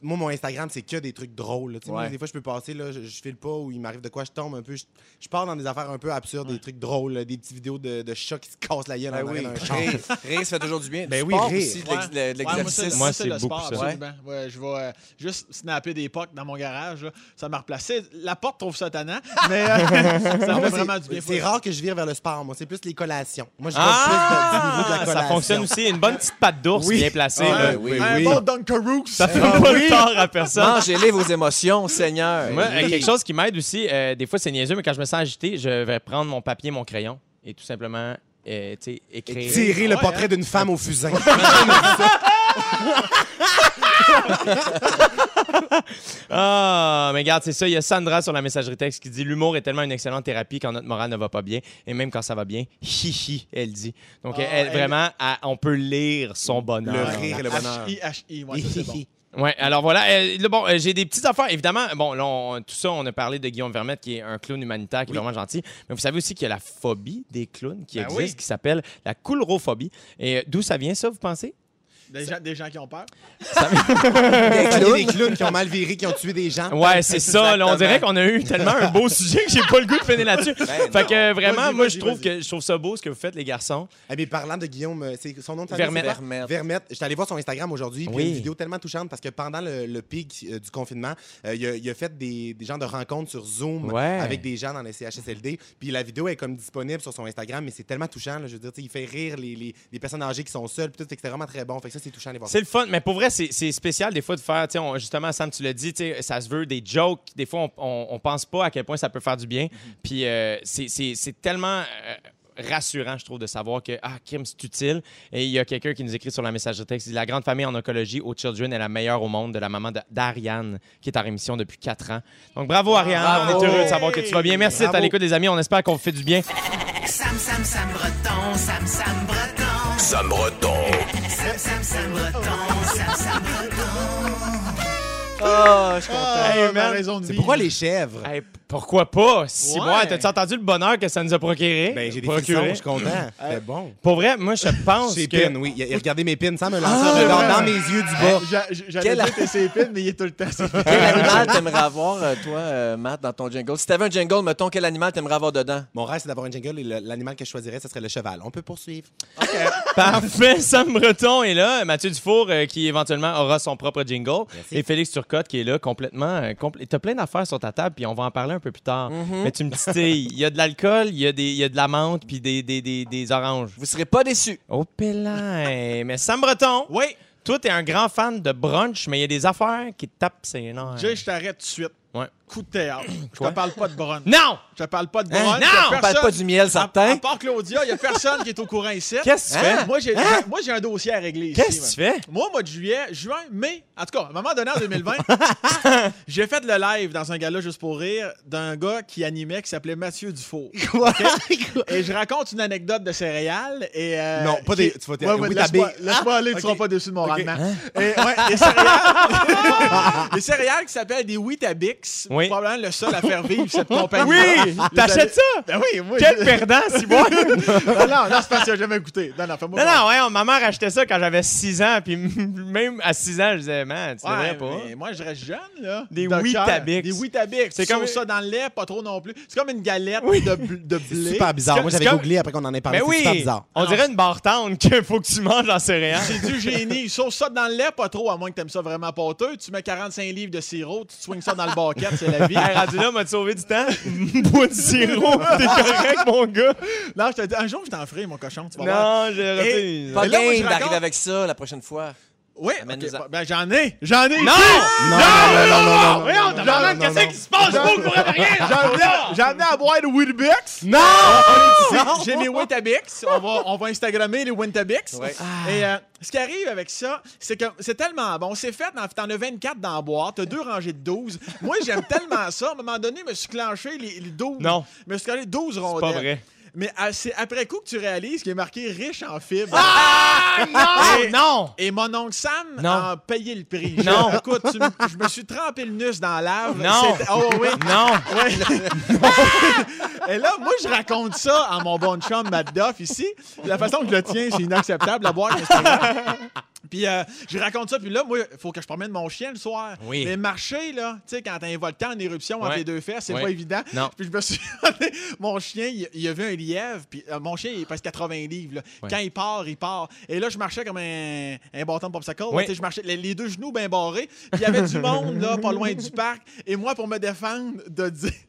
S3: Moi, mon Instagram, c'est que des trucs drôles. là. Tu sais, moi,
S2: Ouais.
S3: des fois, je peux passer, là, je, je file pas ou il m'arrive de quoi, je tombe un peu. Je, je pars dans des affaires un peu absurdes, des trucs drôles, là, des petites vidéos de, de chats qui se cassent la gueule
S2: Ben
S3: en
S2: oui,
S3: arrière d'un char.
S2: rire, rire, ça fait toujours du bien.
S3: Ben
S2: Du
S3: oui,
S2: sport
S3: rire.
S2: aussi, de l'ex- de- de
S4: Ouais, moi,
S2: l'exercice.
S1: Moi,
S4: ça, c'est le
S1: c'est beaucoup
S4: sport,
S1: ça.
S4: absolument. Ouais, je vais euh, juste snapper des pocs dans mon garage. là. Ça m'a replacé. La porte trouve ça tannant, mais euh, ça
S3: Non,
S4: me fait
S3: moi,
S4: vraiment du bien.
S3: c'est- C'est rare que je vire vers le sport, moi. C'est plus les collations. Moi, je reste plus de- du niveau de la
S1: Ah! ça
S3: collation.
S1: fonctionne aussi. Une bonne petite patte d'ours
S3: Oui.
S1: bien placée.
S3: Ah,
S1: là.
S2: ben oui,
S4: un
S3: oui.
S4: bon Dunkaroos.
S1: Ça fait pas de tort à personne.
S2: Mangez-les vos émotions, Seigneur.
S1: Moi, euh, quelque chose qui m'aide aussi, euh, des fois c'est niaiseux, mais quand je me sens agité, je vais prendre mon papier, mon crayon et tout simplement euh, tu sais, écrire.
S3: Tirer le
S4: Ouais,
S3: portrait
S4: hein.
S3: d'une femme au fusain.
S1: Ah, mais regarde, c'est ça. Il y a Sandra sur la messagerie texte qui dit L'humour est tellement une excellente thérapie quand notre morale ne va pas bien. Et même quand ça va bien, hi elle dit. Donc,
S4: Ah,
S1: elle,
S4: elle-
S1: vraiment, elle- on peut lire son bonheur.
S3: Le rire et le bonheur.
S4: H-I-H-I, ouais, ça, c'est bon.
S1: Ouais, alors voilà. Euh, là, bon, euh, j'ai des petites affaires. Évidemment, bon, là, on- tout ça, on a parlé de Guillaume Vermette, qui est un clown humanitaire, qui est vraiment gentil. Mais vous savez aussi qu'il y a la phobie des clowns qui
S4: Ben
S1: existe,
S4: oui.
S1: qui s'appelle la coulrophobie. Et euh, d'où ça vient, ça, vous pensez?
S4: Des gens, des gens qui ont peur.
S3: Des clowns. des clowns qui ont mal viré, qui ont tué des gens.
S4: hein.
S1: Ouais, c'est ça. là, on
S2: Exactement.
S1: dirait qu'on a eu tellement un beau sujet que j'ai pas le goût de finir là-dessus. fait que euh, vraiment,
S4: Ben Vas-y,
S1: moi,
S4: vas-y,
S1: je trouve
S4: vas-y.
S1: que je trouve ça beau ce que vous faites, les garçons.
S3: Eh bien, parlant de Guillaume, euh, c'est son nom de famille,
S1: Vermette.
S3: c'est quoi?
S2: Vermette.
S3: Vermette. J'étais allé voir son Instagram aujourd'hui. puis
S1: Oui.
S3: il y a une vidéo tellement touchante parce que pendant le, le pic euh, du confinement, euh, il, a, il a fait des, des genres de rencontres sur Zoom
S1: Ouais.
S3: avec des gens dans les CHSLD. Puis la vidéo est comme disponible sur son Instagram, mais c'est tellement touchant. là. je veux dire, tu sais, il fait rire les, les- les personnes âgées qui sont seules. Puis tout, fait que c'est vraiment très bon. Fait que ça, ça, c'est touchant à les voir.
S1: C'est le fun, mais pour vrai, c'est c'est spécial des fois de faire, tu sais, on- justement, Sam, tu l'as dit, tu sais, ça se veut des jokes. Des fois, on, on, on pense pas à quel point ça peut faire du bien.
S2: Mm-hmm.
S1: Puis euh, c'est- c'est c'est tellement euh, rassurant, je trouve, de savoir que, ah, crime, c'est utile. Et il y a quelqu'un qui nous écrit sur la messagerie texte, il dit, la grande famille en oncologie au Children est la meilleure au monde de la maman de- d'Ariane, qui est en rémission depuis quatre ans. Donc bravo, Ariane, on
S2: Ah, Bravo.
S1: est heureux de savoir que tu vas bien. Merci d'être à
S2: Bravo.
S1: l'écoute des amis, on espère qu'on vous fait du bien.
S6: Sam Sam Sam Breton, Sam Sam Breton,
S5: Sam Breton.
S6: Sam Sam Sam Breton, Sam Sam Breton.
S2: Ah, je suis content.
S1: Hey,
S4: Ah,
S1: man.
S4: ma raison de
S3: C'est
S4: vivre.
S3: pourquoi les chèvres?
S1: Hey, p- pourquoi pas? Si
S4: Ouais.
S1: moi, t'as-tu entendu le bonheur que ça nous a procuré?
S3: Ben, j'ai des
S1: Procuré.
S3: frissons, je suis content. C'est bon.
S1: Pour vrai, moi, je pense
S3: Ses
S1: que...
S3: pins, oui. Il- il- Regardez mes pins. Sam me lance
S2: Ah,
S3: un regard
S4: ouais.
S3: dans mes yeux du bas.
S4: J'a- j'a- J'allais
S2: Quel-
S4: dire que c'est épine, mais il est tout le temps. ses épines.
S2: Quel animal t'aimerais avoir, euh, toi, euh, Matt, dans ton jungle? Si t'avais un jungle, mettons, quel animal t'aimerais avoir dedans?
S3: Mon rêve, c'est d'avoir un jingle et le- l'animal que je choisirais, ce serait le cheval. On peut poursuivre.
S1: Parfait, Sam Breton est là. Mathieu Dufour, euh, qui éventuellement aura son propre jingle. Et Félix Turcotte, qui est là complètement. euh, compl- T'as plein d'affaires sur ta table, puis on va en parler un peu plus tard.
S4: Mhm.
S1: Mais tu me titilles. Il y a de l'alcool, il y, a des- il y a de la menthe, puis des, des, des, des oranges.
S2: Vous serez pas déçus.
S1: Oh, pélin! Mais Sam Breton,
S4: Oui,
S1: toi, t'es un grand fan de brunch, mais il y a des affaires qui te tapent ses nerfs.
S4: Jay, je t'arrête tout de suite.
S1: Ouais.
S4: Coup de théâtre. Je
S1: Quoi?
S4: te parle pas de brunch.
S1: Non!
S4: Je te parle pas de brunch.
S1: Hein?
S4: y
S1: Non!
S4: a
S1: On
S2: On parle
S4: personne-
S2: pas du miel,
S4: À, à
S2: certain.
S4: part Claudia, il n'y a personne qui est au courant ici.
S1: Qu'est-ce que tu
S2: Hein?
S1: fais?
S4: Moi, j'ai moi, j'ai un dossier à régler ici.
S1: Qu'est-ce que tu fais?
S4: man. Moi, mois de juillet, juin, mai, en tout cas, à un moment donné, en 2020, j'ai fait le live dans un gala juste pour rire d'un gars qui animait qui s'appelait Mathieu Dufour. OK? Et je raconte une anecdote de céréales et... euh,
S3: Non, pas des-
S4: qui-
S3: tu vas dire-
S4: Ouais, ouais,
S3: oui,
S4: Laisse-moi
S3: t'habilles. Ah!
S4: laisse-moi aller,
S3: ok.
S4: tu seras pas déçu de mon
S3: Ok. Hein?
S4: rendement. Et, ouais, des céréales... des céréales qui s'appellent des Weetabix.
S1: Oui.
S4: Probablement le seul à faire vivre cette compagnie.
S1: Oui! T'achètes ça?
S4: Ben oui, oui.
S1: Quel perdant, si moi!
S4: non, non, non, c'est parce que j'ai jamais goûté. Non, non, fais-moi
S1: Non, non, ouais, on- ma mère achetait ça quand j'avais 6 ans, puis même à 6 ans, je disais, man, tu devrais
S4: Ouais,
S1: pas.
S4: mais moi, je reste jeune, là.
S1: Des
S4: De cœur.
S1: Weetabix.
S4: Des Weetabix.
S1: C'est
S4: C'est
S1: comme-
S4: comme ça dans le lait, pas trop non plus. C'est comme une galette de, bl- de
S3: C'est
S4: blé.
S3: super bizarre. Moi,
S1: C'est comme-
S3: j'avais
S1: c'est comme-
S3: googlé après qu'on en ait parlé.
S1: Mais
S3: C'est
S1: oui!
S3: super bizarre.
S1: On dirait une barre tendre qu'il faut que tu manges en céréales.
S4: C'est du génie. Sauf ça dans le lait, pas trop, à moins que t'aimes ça vraiment pâteux. Tu mets 45 livres de sirop, tu te swings ça dans le barquette, c'est la vie.
S1: Hey, rendu là, m'a sauvé du temps. Bois du sirop, t'es correct, mon gars.
S4: Non, je te dis, un jour, je t'en ferai, mon cochon, tu vas voir.
S1: Non, j'ai refusé.
S2: Pas
S4: Mais là, moi, je
S2: game
S4: raconte-
S2: d'arriver avec ça la prochaine fois.
S4: Oui,
S2: Amène-nous
S4: ok,
S2: en.
S4: ben j'en ai, j'en ai.
S1: Non!
S3: Non, non, non, non, non,
S1: Voyons,
S3: non,
S1: tabarnak,
S3: non,
S1: qu'est-ce
S3: non.
S1: qui se passe? Je suis pas au courant de rien!
S4: J'en ai- J'en ai à boire de Weetabix.
S1: Ah,
S3: Non!
S4: J'ai mes Weetabix. On va, on va Instagrammer les Weetabix.
S2: Ouais.
S4: Et euh, ce qui arrive avec ça, c'est que c'est tellement bon. C'est fait, dans- t'en as 24 dans la boîte, t'as deux rangées de 12. Moi, j'aime tellement ça. À un moment donné, je me suis clenché les, les 12.
S1: Non.
S4: Je me suis clenché 12
S1: C'est
S4: rondelles.
S1: pas vrai.
S4: Mais euh, c'est après coup que tu réalises qu'il est marqué riche en fibres.
S1: Ah,
S4: Et-
S1: non!
S4: Et mon oncle Sam
S1: Non.
S4: a payé le prix. Je-
S1: Non.
S4: Écoute, tu m- je me suis trempé le nus dans la lave.
S1: Non.
S4: C'était- Oh oui.
S1: Non!
S4: Ouais. Et là, moi, je raconte ça à mon bon chum, Matt Duff, ici. La façon que je le tiens, c'est inacceptable. La boîte, Instagram. Puis euh, je raconte ça, puis là, moi, il faut que je promène mon chien le soir.
S1: Oui.
S4: Mais marcher, là, tu sais, quand t'as un volcan en éruption entre
S1: Ouais.
S4: les deux fesses, c'est
S1: Ouais.
S4: pas évident.
S1: Non.
S4: Puis je me suis... mon chien, il, il a vu un lièvre, puis euh, mon chien, il pèse 80 livres. là.
S1: Ouais.
S4: Quand il part, il part. Et là, je marchais comme un, un bâton de popsicle.
S1: Oui.
S4: Tu sais, Je marchais les, les deux genoux bien barrés. Puis il y avait du monde, là, pas loin du parc. Et moi, pour me défendre, de dire...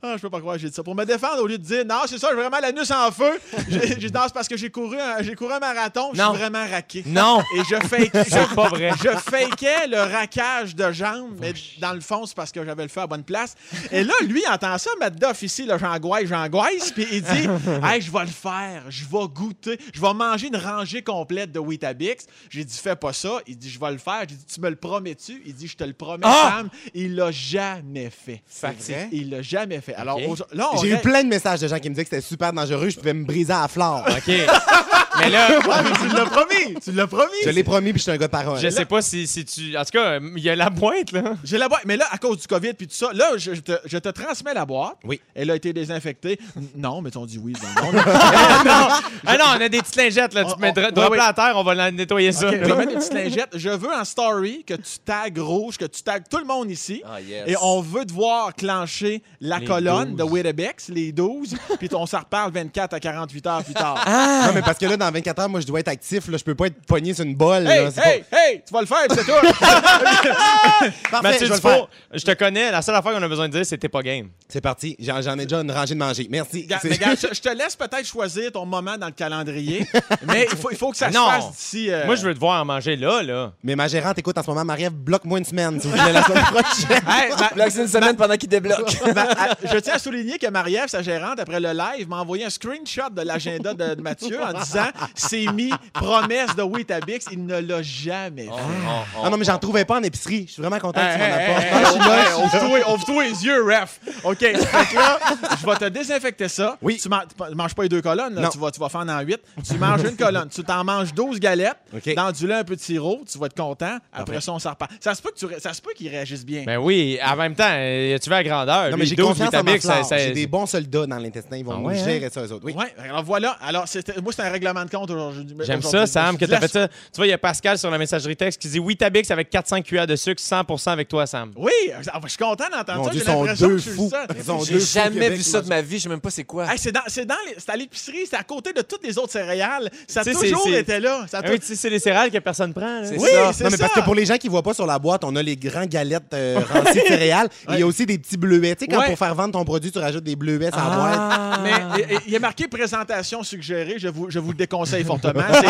S4: Ah, je peux pas croire que j'ai dit ça. Pour me défendre, au lieu de dire non, c'est ça, j'ai vraiment l'anus en feu, j'ai j'ai- non, c'est parce que j'ai couru, un- j'ai couru un marathon, je suis
S1: Non.
S4: vraiment raqué.
S1: Non!
S4: Et je fake,
S1: C'est
S4: je,
S1: pas vrai.
S4: je fakeais le raquage de jambes, mais dans le fond, c'est parce que j'avais le feu à bonne place. Et là, lui, il entend ça, Matt Duff, ici, le j'angoisse, j'angoisse, puis il dit Hey, je vais le faire, je vais goûter, je vais manger une rangée complète de Weetabix. J'ai dit Fais pas ça. Il dit Je vais le faire. J'ai dit Tu me le promets-tu Il dit Je te le promets,
S1: Ah!
S4: Sam. Il l'a jamais fait.
S3: Fait que c'est-
S4: Il l'a jamais fait. Alors,
S1: Ok.
S4: aujourd'hui- là, on
S3: J'ai eu
S4: reste-
S3: plein de messages de gens qui me disaient que c'était super dangereux, je pouvais me briser à la flore.
S1: OK. Mais là...
S4: Ah, mais tu l'as promis, tu l'as promis.
S3: Je l'ai promis, puis je suis un gars de parole.
S1: Je sais pas si, si tu. En tout cas, il y a la boîte, là.
S4: J'ai la boîte, mais là, à cause du COVID puis tout ça, là, je, je te, je te transmets la boîte.
S3: Oui.
S4: Elle a été désinfectée. N- Non, mais on dit oui. ben non, non.
S1: Ah non, on a des petites lingettes, là. Tu
S4: On-
S1: te mets
S4: on-
S1: dra-
S4: ouais,
S1: drop-la
S4: ouais.
S1: à terre, on va la nettoyer ça.
S4: Ok, je
S1: là.
S4: vais mettre des petites lingettes. Je veux en story que tu tagues rouge, que tu tagues tout le monde ici.
S2: Ah, yes.
S4: Et on veut devoir clencher la
S1: Les
S4: colonne
S1: 12.
S4: de Wedebex, les 12, puis on s'en reparle 24 à 48 heures plus tard.
S3: Non, mais parce que Ah, là, dans dans 24 heures, moi, je dois être actif. Là, je peux pas être pogné sur une bolle. là,
S1: Hey,
S3: c'est
S1: hey, hey, tu vas le faire, c'est toi.
S3: pas- Parfait, je
S1: Mathieu
S3: vais le
S1: Dufour,
S3: faire.
S1: je te connais. La seule affaire qu'on a besoin de dire, c'est t'es pas game.
S3: C'est parti. J'en j'en ai déjà une rangée de manger. Merci.
S4: Ga-
S3: C'est-
S4: mais gars, je, je te laisse peut-être choisir ton moment dans le calendrier, mais il faut, il faut que ça se
S1: Ah Non.
S4: fasse d'ici. euh,
S1: Moi, je veux te voir en manger là, là.
S3: Mais ma gérante écoute en ce moment, Marie-Ève, bloque-moi une semaine, s'il vous plaît, la semaine prochaine.
S4: Hey, ma-
S2: Bloque une semaine pendant qu'il débloque.
S4: ma- Ben, à- je tiens à souligner que Marie-Ève, sa gérante, après le live, m'a envoyé un screenshot de l'agenda de, de Mathieu en disant c'est mis promesse de Weetabix. Il ne l'a jamais fait.
S3: Ah non, mais j'en trouvais pas en épicerie. Je suis vraiment content que tu
S4: Hey,
S3: m'en
S4: hey,
S3: apportes.
S4: hey,
S3: Ah, je suis là, je
S4: hey,
S3: suis-
S4: ouvre-toi- Ouvre-toi les yeux, ref. OK, fait que là, je vais te désinfecter ça.
S3: Oui.
S4: Tu man- tu man- manges pas les deux colonnes, là.
S3: Non.
S4: Tu, vas, tu vas faire en 8. Tu manges une colonne. Tu t'en manges 12 galettes.
S3: OK.
S4: Dans du lait, un peu de sirop. Tu vas être content. Après ça, on s'en repart. Ça se peut que tu ré- ça se peut qu'ils réagissent bien.
S1: Ben oui, en même temps, euh, tu vas à grandeur.
S3: Non,
S1: Lui,
S3: mais j'ai
S1: 12
S3: confiance en ma
S1: Vitamix,
S3: flore.
S1: ça- ça-
S3: J'ai des bons soldats dans l'intestin. Ils vont
S1: Ah
S3: nous
S1: ouais, hein?
S3: gérer ça, eux autres. Oui.
S4: Ouais, alors voilà. Alors, c'était- moi, c'est un règlement de compte aujourd'hui.
S1: J'aime
S4: aujourd'hui.
S1: ça, Sam, que t'as
S4: La-
S1: fait ça. Tu vois, il y a Pascal sur la messagerie texte qui dit Oui, Tabix avec 400 cuillères de sucre, 100% avec toi, Sam.
S4: Oui, ah, je suis content d'entendre
S3: Mon
S4: ça.
S3: Dieu,
S4: J'ai
S3: sont
S4: l'impression
S3: deux
S4: que je suis le
S3: fous.
S4: seul.
S3: Ils sont
S2: J'ai
S3: deux fous au
S2: jamais
S3: Québec,
S2: vu ça
S3: moi.
S2: de ma vie. Je sais même pas c'est quoi.
S4: Hey, c'est dans, c'est dans les- c'est à l'épicerie, c'est à côté de toutes les autres céréales. Ça a
S1: Tu sais,
S4: toujours
S1: c'est- c'est-
S4: été là. Ça a
S1: Ah
S4: tou-
S1: oui, tu sais, c'est les céréales que personne prend. là.
S2: C'est-
S4: Oui,
S2: ça.
S4: c'est
S3: Non, mais parce
S4: ça.
S3: que pour les gens qui voient pas sur la boîte, on a les grands galettes euh, ranciers de céréales. et Il y a aussi des petits bleuets. Tu sais, quand
S4: Ouais.
S3: pour faire vendre ton produit, tu rajoutes des bleuets sur la boîte.
S2: Ah.
S4: Mais et- et- il y a marqué présentation suggérée, je vous, je vous le déconseille fortement. C'est-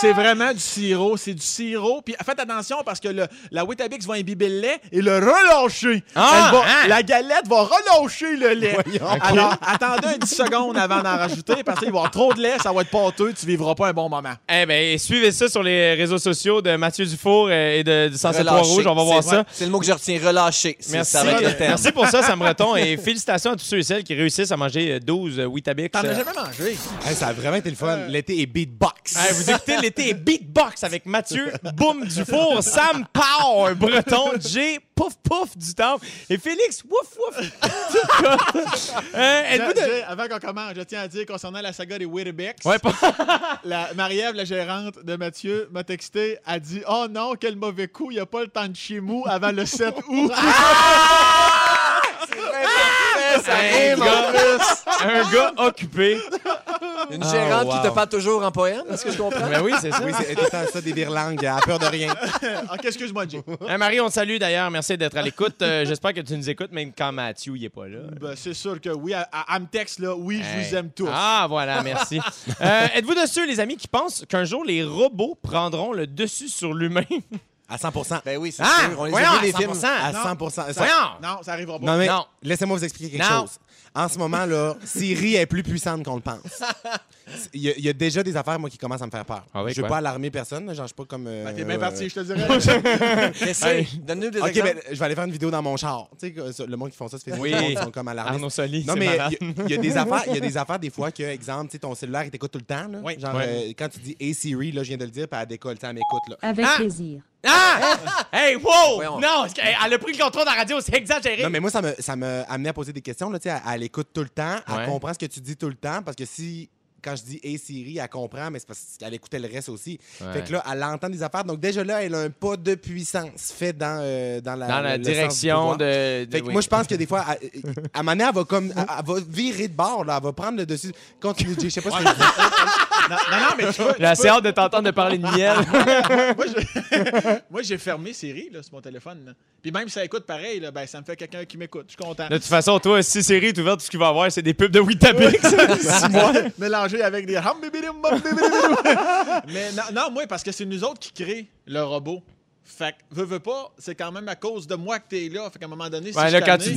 S4: C'est vraiment du sirop, c'est du sirop. Puis faites attention parce que le- la Weetabix va imbiber le lait et le relâcher.
S1: Ah,
S4: Elle va-
S1: hein?
S4: La galette va relâcher le lait.
S3: Voyons.
S4: Alors attendez 10 secondes avant d'en rajouter parce qu'il va y avoir trop de lait, ça va être pâteux, tu vivras pas un bon moment.
S1: Eh ben, suivez ça sur les réseaux sociaux de Mathieu Dufour euh, et de, du 107.3
S2: Relâcher.
S1: Rouge. On va voir
S2: C'est-
S1: ça.
S2: C'est le mot que je retiens, relâcher. C'est-
S1: Merci.
S2: Ça va être le terme.
S1: Merci pour ça, Sam Breton. Et félicitations à tous ceux et celles qui réussissent à manger euh, 12 euh, Weetabix.
S4: T'en
S1: Euh,
S4: as jamais mangé?
S3: Hey, ça a vraiment été le fun. L'été est beatbox.
S1: Hey, vous écoutez l'été beatbox avec Mathieu Boum Dufour, Sam Power Breton, Jay Pouf Pouf du Temple et Félix Wouf Wouf. euh,
S4: Je-
S1: êtes-vous de-
S4: je- avant qu'on commence, je tiens à dire concernant la saga des Weetabix,
S1: Ouais, pas-
S4: la Marie-Ève, la gérante de Mathieu, m'a texté, a dit Oh non, quel mauvais coup, il n'y a pas le temps de chimou avant le 7 août.
S2: Hein?
S1: un, gars, un gars occupé.
S2: Une gérante
S1: wow.
S2: qui te parle toujours en poème, est-ce que je comprends?
S1: Ben oui, c'est ça.
S3: Oui, c'est c'est ça, des birlangues. Elle a peur de rien.
S4: ok, excuse-moi, Jay.
S1: Hein, Marie, on te salue d'ailleurs. Merci d'être à l'écoute. Euh, J'espère que tu nous écoutes même quand Mathieu il est pas là.
S4: Ben, c'est sûr que oui, elle, elle me texte là, oui,
S1: Hey.
S4: je vous aime tous.
S1: Ah, voilà, merci. Euh, Êtes-vous de ceux, les amis, qui pensent qu'un jour les robots prendront le dessus sur l'humain?
S3: À 100
S2: Ben oui, c'est
S1: Ah,
S2: sûr. On les
S1: voyons,
S2: a vus, les films.
S1: 100%.
S3: À
S4: Non.
S3: 100 Ça-
S1: Voyons!
S4: Non, ça arrivera pas.
S3: Non, mais
S1: Non.
S3: laissez-moi vous expliquer quelque
S1: Non.
S3: chose. En ce moment, là, Siri est plus puissante qu'on le pense. Il y, a- il y a déjà des affaires, moi, qui commencent à me faire peur.
S1: Ah oui,
S3: je ne
S1: quoi?
S3: veux pas alarmer personne. là, Genre, je suis pas comme... euh,
S4: Ben, T'es bien
S3: euh,
S4: parti, je te dirais.
S2: Qu'est-ce que
S1: Hey.
S2: c'est? Donne-nous des
S3: OK,
S2: exemples.
S3: ben, je vais aller faire une vidéo dans mon char. Tu sais, que, ça, le monde qui font ça, c'est
S1: Oui.
S3: Facebook, le monde qui sont comme alarmés.
S1: Arnaud Soli,
S3: Non,
S1: c'est
S3: mais
S1: malade.
S3: il y, a- il y a des affaires, il y a des affaires des fois que, exemple, tu sais, ton cellulaire, il t'écoute tout le temps. Là.
S4: Oui.
S3: Genre,
S1: Ouais.
S3: euh, quand tu dis Hey Siri, là, je viens de le dire, puis elle décolle, tu sais, elle m'écoute. là.
S7: Avec
S1: Ah!
S7: plaisir.
S1: Ah! hey, wow!
S2: Voyons.
S1: Non, elle a pris le contrôle de la radio, c'est exagéré.
S3: Non, mais moi, ça me, ça me amenait à poser des questions. Là, tu sais, elle, elle écoute tout le temps, elle
S1: Ouais.
S3: comprend ce que tu dis tout le temps, parce que si. Quand je dis Hey Siri, elle comprend, mais c'est parce qu'elle écoutait le reste aussi.
S1: Ouais.
S3: Fait que là, elle entend des affaires. Donc, déjà là, elle a un pas de puissance fait dans, euh, dans la,
S1: Dans
S3: le- le sens
S1: la
S3: du
S1: direction
S3: pouvoir.
S1: de. de-
S3: Fait que
S1: oui.
S3: moi, je pense que des fois, à, à un moment donné, elle va comme. Elle, elle va virer de bord, là. Elle va prendre le dessus. Continue, Jay, je sais pas ce que je dis.
S4: non, non, non, mais tu vois,
S1: Là, c'est hâte de t'entendre de parler de miel.
S4: moi, je- moi, j'ai fermé Siri là, sur mon téléphone. là. Puis même si ça écoute pareil, là, ben, ça me fait quelqu'un qui m'écoute. Je suis content.
S1: de toute façon, toi, si série est ouverte, tout ce qu'il va avoir, c'est des pubs de Weetabix. Six mois.
S4: Mélangé avec des hum, bibidim, bum, bibidim. Mais non, non, moi, parce que c'est nous autres qui créons le robot. Fait que, veux, veux pas, c'est quand même à cause de moi que t'es là. Fait qu'à un moment donné, si
S1: Ouais,
S4: je
S1: là, quand
S4: t'amenais-
S1: tu dis-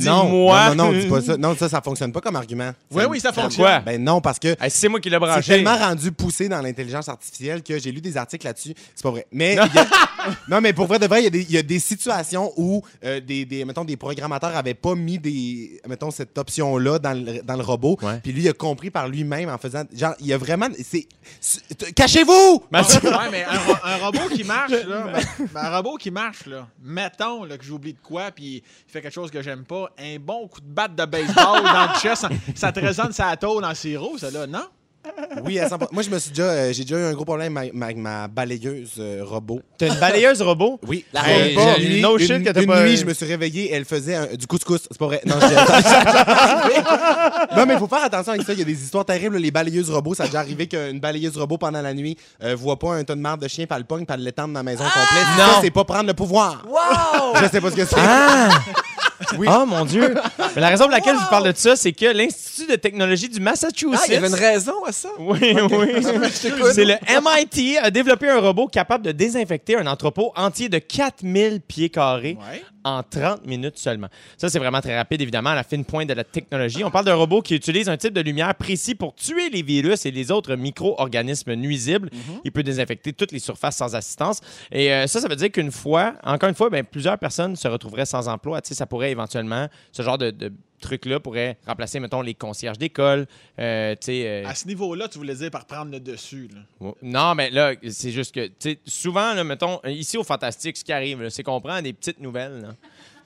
S3: Non,
S1: Dis-moi.
S3: non, non, dis pas ça. Non, ça, ça fonctionne pas comme argument.
S4: Oui, oui, ça fonctionne.
S1: Pourquoi?
S3: Ben non, parce que.
S1: Hey, c'est moi qui l'ai
S3: C'est
S1: branché.
S3: tellement rendu poussé dans l'intelligence artificielle que j'ai lu des articles là-dessus. C'est pas vrai. Mais il y a- non, mais pour vrai de vrai, il y a des- il y, a des situations où euh, des, des- mettons, des programmateurs avaient pas mis des, mettons, cette option-là dans le, dans le robot.
S1: Ouais.
S3: Puis lui, il a compris par lui-même en faisant. Genre, il y a vraiment. c'est c'est- Cachez-vous!
S1: Mathieu-
S4: Ouais, mais un, ro- un robot qui marche, là, ben, ben, un robot qui marche, là, mettons là, que j'oublie de quoi, puis il fait quelque chose que j'aime pas, un bon coup de batte de baseball dans le chest, ça, ça te résonne, ça tourne en sirop, ça, là, non?
S3: Oui, à 100%. Moi, je me suis déjà, euh, j'ai déjà eu un gros problème avec ma, ma- ma balayeuse euh, robot.
S1: T'as une balayeuse robot?
S3: Oui, la
S1: Hey,
S3: robot.
S1: Euh, j'ai-
S3: nuit,
S1: no shit
S3: une,
S1: que t'as
S3: une
S1: pas-
S3: nuit, je me suis réveillé, elle faisait un- du couscous. C'est pas vrai. Non, je dis- Non, mais il faut faire attention avec ça. Il y a des histoires terribles. Les balayeuses robots, ça a déjà arrivé qu'une balayeuse robot pendant la nuit euh, voit pas un ton de marde de chien, par le pogne, par l'étendre dans la maison complète.
S1: Ah! Non.
S3: Ça, c'est pas prendre le pouvoir.
S1: Ah,
S2: Wow!
S3: Je sais pas ce que c'est.
S1: Oh mon Dieu! Mais la raison pour laquelle je vous parle de ça, c'est que l'Institut de technologie du Massachusetts.
S2: Ah, il y avait une raison à ça?
S1: Oui, oui. C'est le MIT a développé un robot capable de désinfecter un entrepôt entier de 4000 pieds carrés
S4: Ouais.
S1: en 30 minutes seulement. Ça, c'est vraiment très rapide, évidemment, à la fine pointe de la technologie. On parle d'un robot qui utilise un type de lumière précis pour tuer les virus et les autres micro-organismes nuisibles. Il peut désinfecter toutes les surfaces sans assistance. Et euh, ça, ça veut dire qu'une fois, encore une fois, ben, plusieurs personnes se retrouveraient sans emploi. Tu sais, ça pourrait éventuellement, ce genre de, de truc-là pourrait remplacer, mettons, les concierges d'école. euh, tu sais, euh,
S4: À ce niveau-là, tu voulais dire par prendre le dessus. Là.
S1: non, mais là, c'est juste que, tu sais, souvent, là, mettons, ici au Fantastique, ce qui arrive, là, c'est qu'on prend des petites nouvelles, là.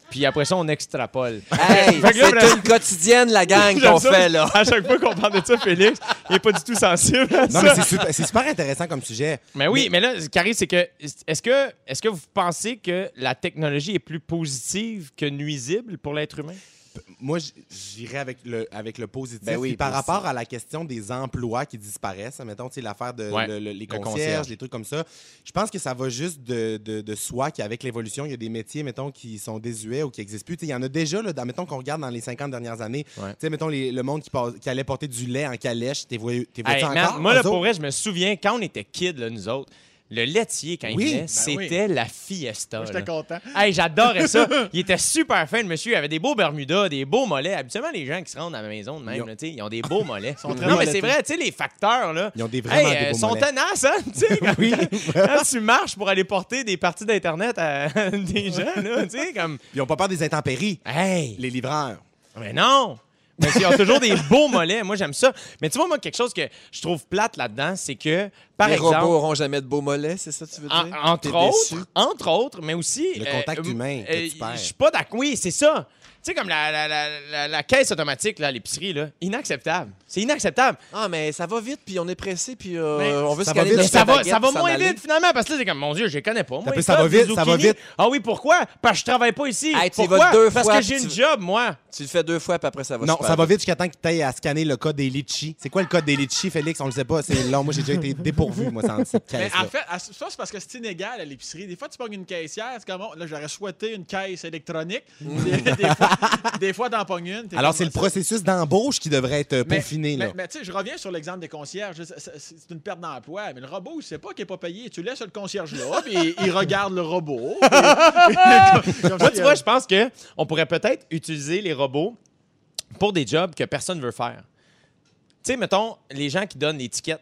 S1: puis après ça, on extrapole.
S2: Hey,
S1: Fait que là,
S2: c'est une quotidienne, la gang,
S1: J'aime
S2: qu'on
S1: ça,
S2: fait, là.
S1: À chaque fois qu'on parle de ça, Félix, il n'est pas du tout sensible à
S3: Non,
S1: ça.
S3: mais c'est super, c'est super intéressant comme sujet.
S1: Mais oui, mais, là, ce qui arrive, c'est que est-ce que est-ce que vous pensez que la technologie est plus positive que nuisible pour l'être humain?
S3: Moi, j- j'irais avec le, avec le positif.
S2: Ben oui,
S3: Puis par
S2: positif.
S3: rapport à la question des emplois qui disparaissent, mettons, tu sais, l'affaire de
S1: Ouais,
S3: le- le- les concierges,
S1: concierge.
S3: les trucs comme ça, je pense que ça va juste de, de, de soi qu'avec l'évolution, il y a des métiers, mettons, qui sont désuets ou qui n'existent plus. Tu sais, Il y en a déjà, là, dans- mettons qu'on regarde dans les 50 dernières années,
S1: Ouais.
S3: tu sais, mettons, les- le monde qui, passe- qui allait porter du lait en calèche, t'es vois, t'es vois
S1: Hey, man,
S3: encore?
S1: moi,
S3: eux
S1: là,
S3: autres?
S1: pour vrai, je me souviens, quand on était kids, là, nous autres, le laitier, quand il
S3: Oui,
S1: venait,
S3: ben
S1: c'était la fiesta.
S4: Moi, J'étais
S1: là.
S4: content.
S1: Hey, j'adorais ça. Il était super fin, le monsieur. Il avait des beaux Bermudas, des beaux mollets. Habituellement, les gens qui se rendent à la maison de même,
S3: Ils
S1: là,
S3: ont-
S1: tu sais, ils ont des beaux mollets.
S4: très
S1: non, mais c'est
S4: mollettés.
S1: vrai, tu sais, les facteurs, là.
S3: Ils ont des
S1: Hey,
S3: vraiment des
S1: euh,
S3: beaux
S1: sont
S3: mollets.
S1: tenaces, hein? tu sais, Quand, quand tu marches pour aller porter des parties d'Internet à des gens, là, tu sais, comme.
S3: Puis ils n'ont pas peur des intempéries,
S1: Hey!
S3: les livreurs.
S1: Mais non! Mais ils ont toujours des beaux mollets. Moi, j'aime ça. Mais tu vois, moi, quelque chose que je trouve plate là-dedans, c'est que, par
S2: les
S1: exemple.
S2: robots auront jamais de beaux mollets, c'est ça que tu veux
S1: En-
S2: dire?
S1: entre
S2: T'es
S1: autres,
S2: déçu?
S1: entre autres, mais aussi euh,
S3: Le contact humain que tu perds.
S1: Je suis pas d'accord. Oui, c'est ça. Tu sais comme la, la, la, la, la caisse automatique là, à l'épicerie là, inacceptable. C'est inacceptable.
S2: Ah, mais ça va vite, puis on est pressé, puis euh,
S1: Mais
S2: on veut
S3: ça
S2: se
S3: va vite.
S2: caler
S1: Mais
S2: notre
S1: ça va,
S2: baguette,
S1: ça va
S2: s'en
S1: moins
S2: aller.
S1: vite finalement parce que là c'est comme mon Dieu, je les connais pas. Moi,
S3: peut-
S1: les
S3: ça va
S1: codes,
S3: vite,
S1: les
S3: ça va
S1: zucchini.
S3: vite.
S1: Ah oui, pourquoi Parce que je travaille pas ici.
S2: Hey, tu y vas
S1: pourquoi
S2: deux
S1: Parce
S2: fois,
S1: que
S2: puis
S1: j'ai
S2: tu-
S1: une job moi.
S2: Tu le fais deux fois, puis après, ça va
S3: Non,
S2: super
S3: ça va vite jusqu'à temps que tu à scanner le code des litchis. C'est quoi le code des litchis, Félix? On le sait pas. C'est long. Moi, j'ai déjà été dépourvu, moi, sans cette
S4: Mais
S3: caisse-là.
S4: en fait, à- ça, c'est parce que c'est inégal à l'épicerie. Des fois, tu pognes une caissière, c'est comme, oh, là, j'aurais souhaité une caisse électronique. Des, des fois, des fois, t'en pognes une. t'es
S3: Alors,
S4: comme, ah,
S3: c'est le
S4: ça-
S3: processus d'embauche qui devrait être euh,
S4: Mais-
S3: peaufiné.
S4: mais-
S3: là.
S4: Mais tu sais, je reviens sur l'exemple des concierges. C'est- C'est c'est une perte d'emploi. Mais le robot, il sait pas qu'il n'est pas payé. Tu laisses le concierge là, puis il regarde le robot. puis- comme- euh, comme ça,
S1: Moi,
S4: il
S1: tu
S4: y a-
S1: vois, je pense que on pourrait peut-être utiliser les robots pour des jobs que personne veut faire. Tu sais, mettons les gens qui donnent les tickets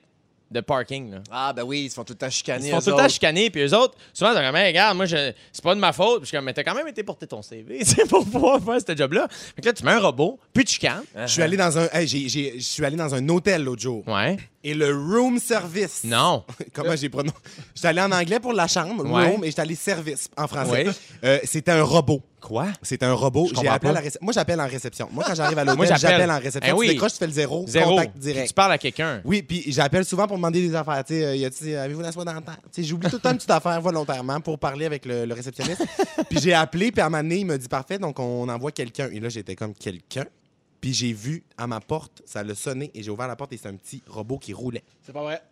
S1: de parking là.
S2: Ah, ben oui, ils se font tout le temps
S1: Ils
S2: chicaner.
S1: se font
S2: eux
S1: tout le temps
S2: autres.
S1: chicaner, puis eux autres, souvent, ils sont comme, Hey, regarde, moi, je... c'est pas de ma faute. Puis je suis comme, mais t'as quand même été porter ton CV, tu sais, pour pouvoir faire ce job-là. Fait que là, tu mets un robot, puis tu chicanes.
S3: Je suis allé dans un, hey, j'ai- j'ai- je suis allé dans un hôtel l'autre jour.
S1: Ouais.
S3: Et le room service.
S1: Non.
S3: Comment j'ai prononcé J'étais allé en anglais pour la chambre,
S1: Ouais.
S3: room, et j'étais allé service en français.
S1: Ouais.
S3: Euh, C'était un robot.
S1: Quoi?
S3: C'était un robot.
S1: Je
S3: J'ai
S1: comprends
S3: appelé à la
S1: pas.
S3: réception. Moi, j'appelle en réception. Moi, quand j'arrive à
S1: Moi,
S3: l'hôtel,
S1: j'appelle.
S3: j'appelle en réception.
S1: Eh oui.
S3: Tu décroches, tu fais le zéro,
S1: Zéro.
S3: contact
S1: Puis
S3: direct.
S1: tu parles à quelqu'un.
S3: Oui, puis j'appelle souvent pour demander des affaires. Tu sais, euh, y a- tu sais, avez-vous la soie dentaire? Tu sais, j'oublie tout le temps une petite affaire volontairement pour parler avec le, le réceptionniste. puis j'ai appelé, puis à un moment donné, il me dit parfait, donc on envoie quelqu'un. Et là, j'étais comme quelqu'un. Puis j'ai vu à ma porte, ça l'a sonné, et j'ai ouvert la porte et c'est un petit robot qui roulait.
S4: C'est pas vrai.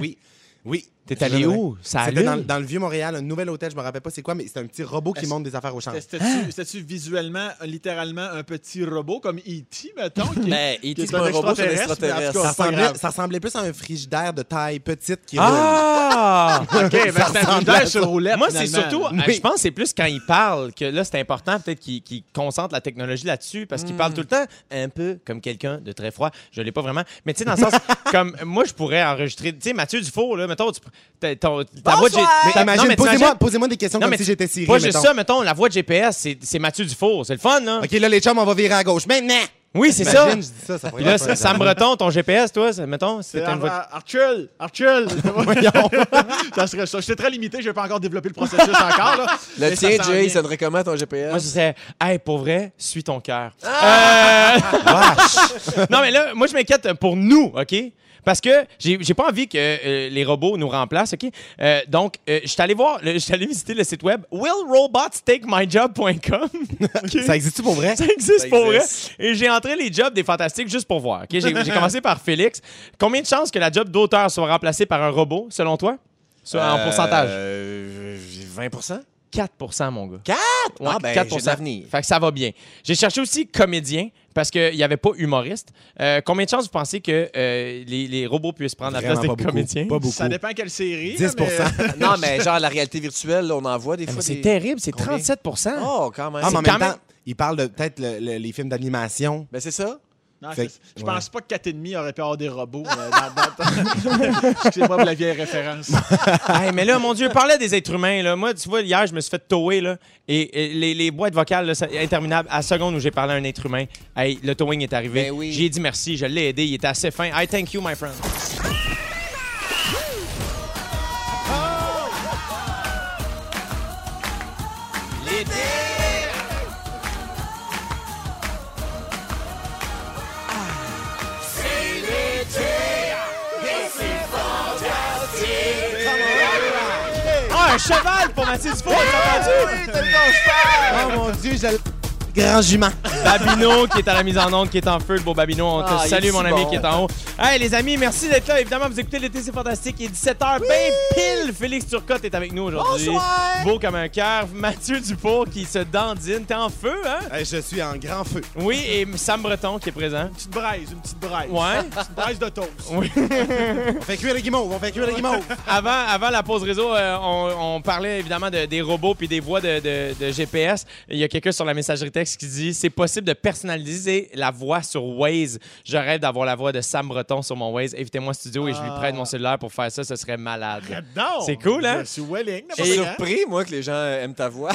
S3: Oui. Oui.
S1: Hein? T'es allé
S3: Je-
S1: où? Ça
S3: C'était dans,
S1: allume.
S3: dans le Vieux-Montréal, un nouvel hôtel, je me rappelle pas c'est quoi, mais c'est un petit robot qui
S4: Est-ce-
S3: monte des affaires aux chambres.
S4: C'était-tu c'était-tu visuellement, littéralement, un petit robot comme E.T., mettons? Qui,
S2: Ben,
S4: qui
S2: E.T.,
S4: est
S2: c'est pas un robot, c'est un
S4: mais en tout cas,
S2: extraterrestre. hein.
S4: c'est
S3: Ça
S4: pas grave.
S3: ressemblait, ça ressemblait plus à un frigidaire de taille petite qui roule.
S1: Ah!
S4: OK, ben, c'est un
S3: ressemble à
S4: frigidaire
S3: ça.
S4: sur roulette,
S1: Moi, c'est
S4: finalement.
S1: surtout, euh,
S3: Oui.
S1: je pense que c'est plus quand il parle que là, c'est important peut-être qu'il qu'il concentre la technologie là-dessus parce qu'il
S4: Hmm.
S1: parle tout le temps un peu comme quelqu'un de très froid. Je l'ai pas vraiment. Mais tu sais, dans le sens, comme moi, je pourrais enregistrer. Tu sais, Mathieu Dufour, là, mettons, tu, t'as- ton- ta voix de G-
S3: Mais
S1: ta- non,
S3: imagine,
S1: mais
S3: posez-moi
S1: t'imagines-
S3: posez des questions
S1: Non,
S3: comme
S1: mais
S3: si j'étais Siri.
S1: Pas juste
S3: mettons.
S1: ça, mettons, la voix de GPS, c'est c'est Mathieu Dufour. C'est le fun, là.
S3: OK, là, les chums, on va virer à gauche. Maintenant!
S1: Oui, c'est ça.
S3: Imagine, je dis ça, ça
S1: Puis
S3: pourrait
S1: là,
S3: être un-
S1: Sam Breton, ton GPS, toi, c'est- mettons,
S4: C'est
S1: c'est une voix.
S4: Ar- Archul! Archul! ça serait ça. J'étais très limité, je n'ai pas encore développé le processus encore. Là.
S2: Le
S4: Mais ça
S2: tien,
S4: s'en
S2: Jay,
S4: vient.
S2: ça te recommande ton
S1: Moi,
S2: GPS?
S1: ce serait, hey, pour vrai, suis ton cœur. Euh,
S2: Ah!
S3: Vache!
S1: non, mais là, moi, je m'inquiète pour nous, OK? Parce que j'ai j'ai pas envie que euh, les robots nous remplacent, OK? Euh, donc, euh, je suis allé voir, le- je suis allé visiter le site web willrobotstakemyjob.com. OK?
S3: Ça existe-tu pour vrai?
S1: Ça existe
S2: Ça
S1: pour
S2: existe.
S1: vrai. Et j'ai entré les jobs des fantastiques juste pour voir. OK? J'ai j'ai commencé par Félix. Combien de chances que la job d'auteur soit remplacée par un robot, selon toi? Soit en pourcentage?
S2: Euh, 20
S1: 4 mon gars.
S2: 4
S1: Ouais,
S2: Ah, ben,
S1: 4
S2: j'ai de l'avenir.
S1: Fait que ça va bien. J'ai cherché aussi comédien parce qu'il n'y avait pas humoriste. Euh, combien de chances vous pensez que euh, les, les robots puissent prendre la
S3: Vraiment
S1: place
S3: pas
S1: des
S3: beaucoup.
S1: comédiens?
S3: Pas beaucoup.
S4: Ça dépend quelle série.
S3: 10
S4: mais- euh,
S2: Non, mais genre la réalité virtuelle, là, on en voit des
S1: Ah, mais
S2: fois.
S1: C'est
S2: des-
S1: terrible, c'est
S2: Combien?
S1: 37
S2: Oh, quand même.
S3: Ah, mais en
S1: C'est
S3: même
S1: quand
S3: temps, il parle de peut-être le- le- les films d'animation.
S2: Ben, c'est ça.
S4: Non,
S3: Fait-
S4: c'est- je pense pas que 4,5 aurait pu avoir des robots. euh, dans- dans- Excusez-moi pour la vieille référence.
S1: Hey, mais là, mon Dieu, parlait des êtres humains. Là. Moi, tu vois, hier, je me suis fait tower. Là, et, et les, les boîtes vocales là, ça- interminables. À la seconde où j'ai parlé à un être humain, hey, le towing est arrivé.
S2: Ben oui.
S1: J'ai dit merci, je l'ai aidé. Il était assez fin. I thank you, my friend. Ah, un cheval pour Mathilde Dufour, t'as entendu?
S3: Oh mon Dieu, j'ai le grand jument.
S1: Babino qui est à la mise en onde, qui est en feu, le beau Babino. On te
S2: Ah, il est
S1: salue,
S2: si
S1: mon ami
S2: bon.
S1: qui est en haut. Hey, les amis, merci d'être là. Évidemment, vous écoutez l'été, c'est fantastique. Il est 17h, ben pile. Félix Turcotte est avec nous aujourd'hui. Beau comme un cœur. Mathieu Dufour qui se dandine. T'es en feu, hein?
S3: Hey, je suis en grand feu.
S1: Oui, et Sam Breton qui est présent.
S4: Une petite braise, une petite braise.
S1: Ouais.
S4: Une petite braise de toast.
S1: Oui.
S3: On fait cuire les guimauves, on fait cuire les guimauves.
S1: avant, avant la pause réseau, euh, on, on parlait évidemment de- des robots puis des voix de, de- de GPS. Il y a quelqu'un sur la messagerie texte qui dit c'est possible de personnaliser la voix sur Waze. Je rêve d'avoir la voix de Sam Breton sur mon Waze. Évitez-moi studio et je lui prête mon cellulaire pour faire ça. Ce serait malade.
S4: Non!
S1: C'est cool, hein?
S4: Je suis willing.
S2: Je suis surpris, moi, que les gens euh, aiment ta voix.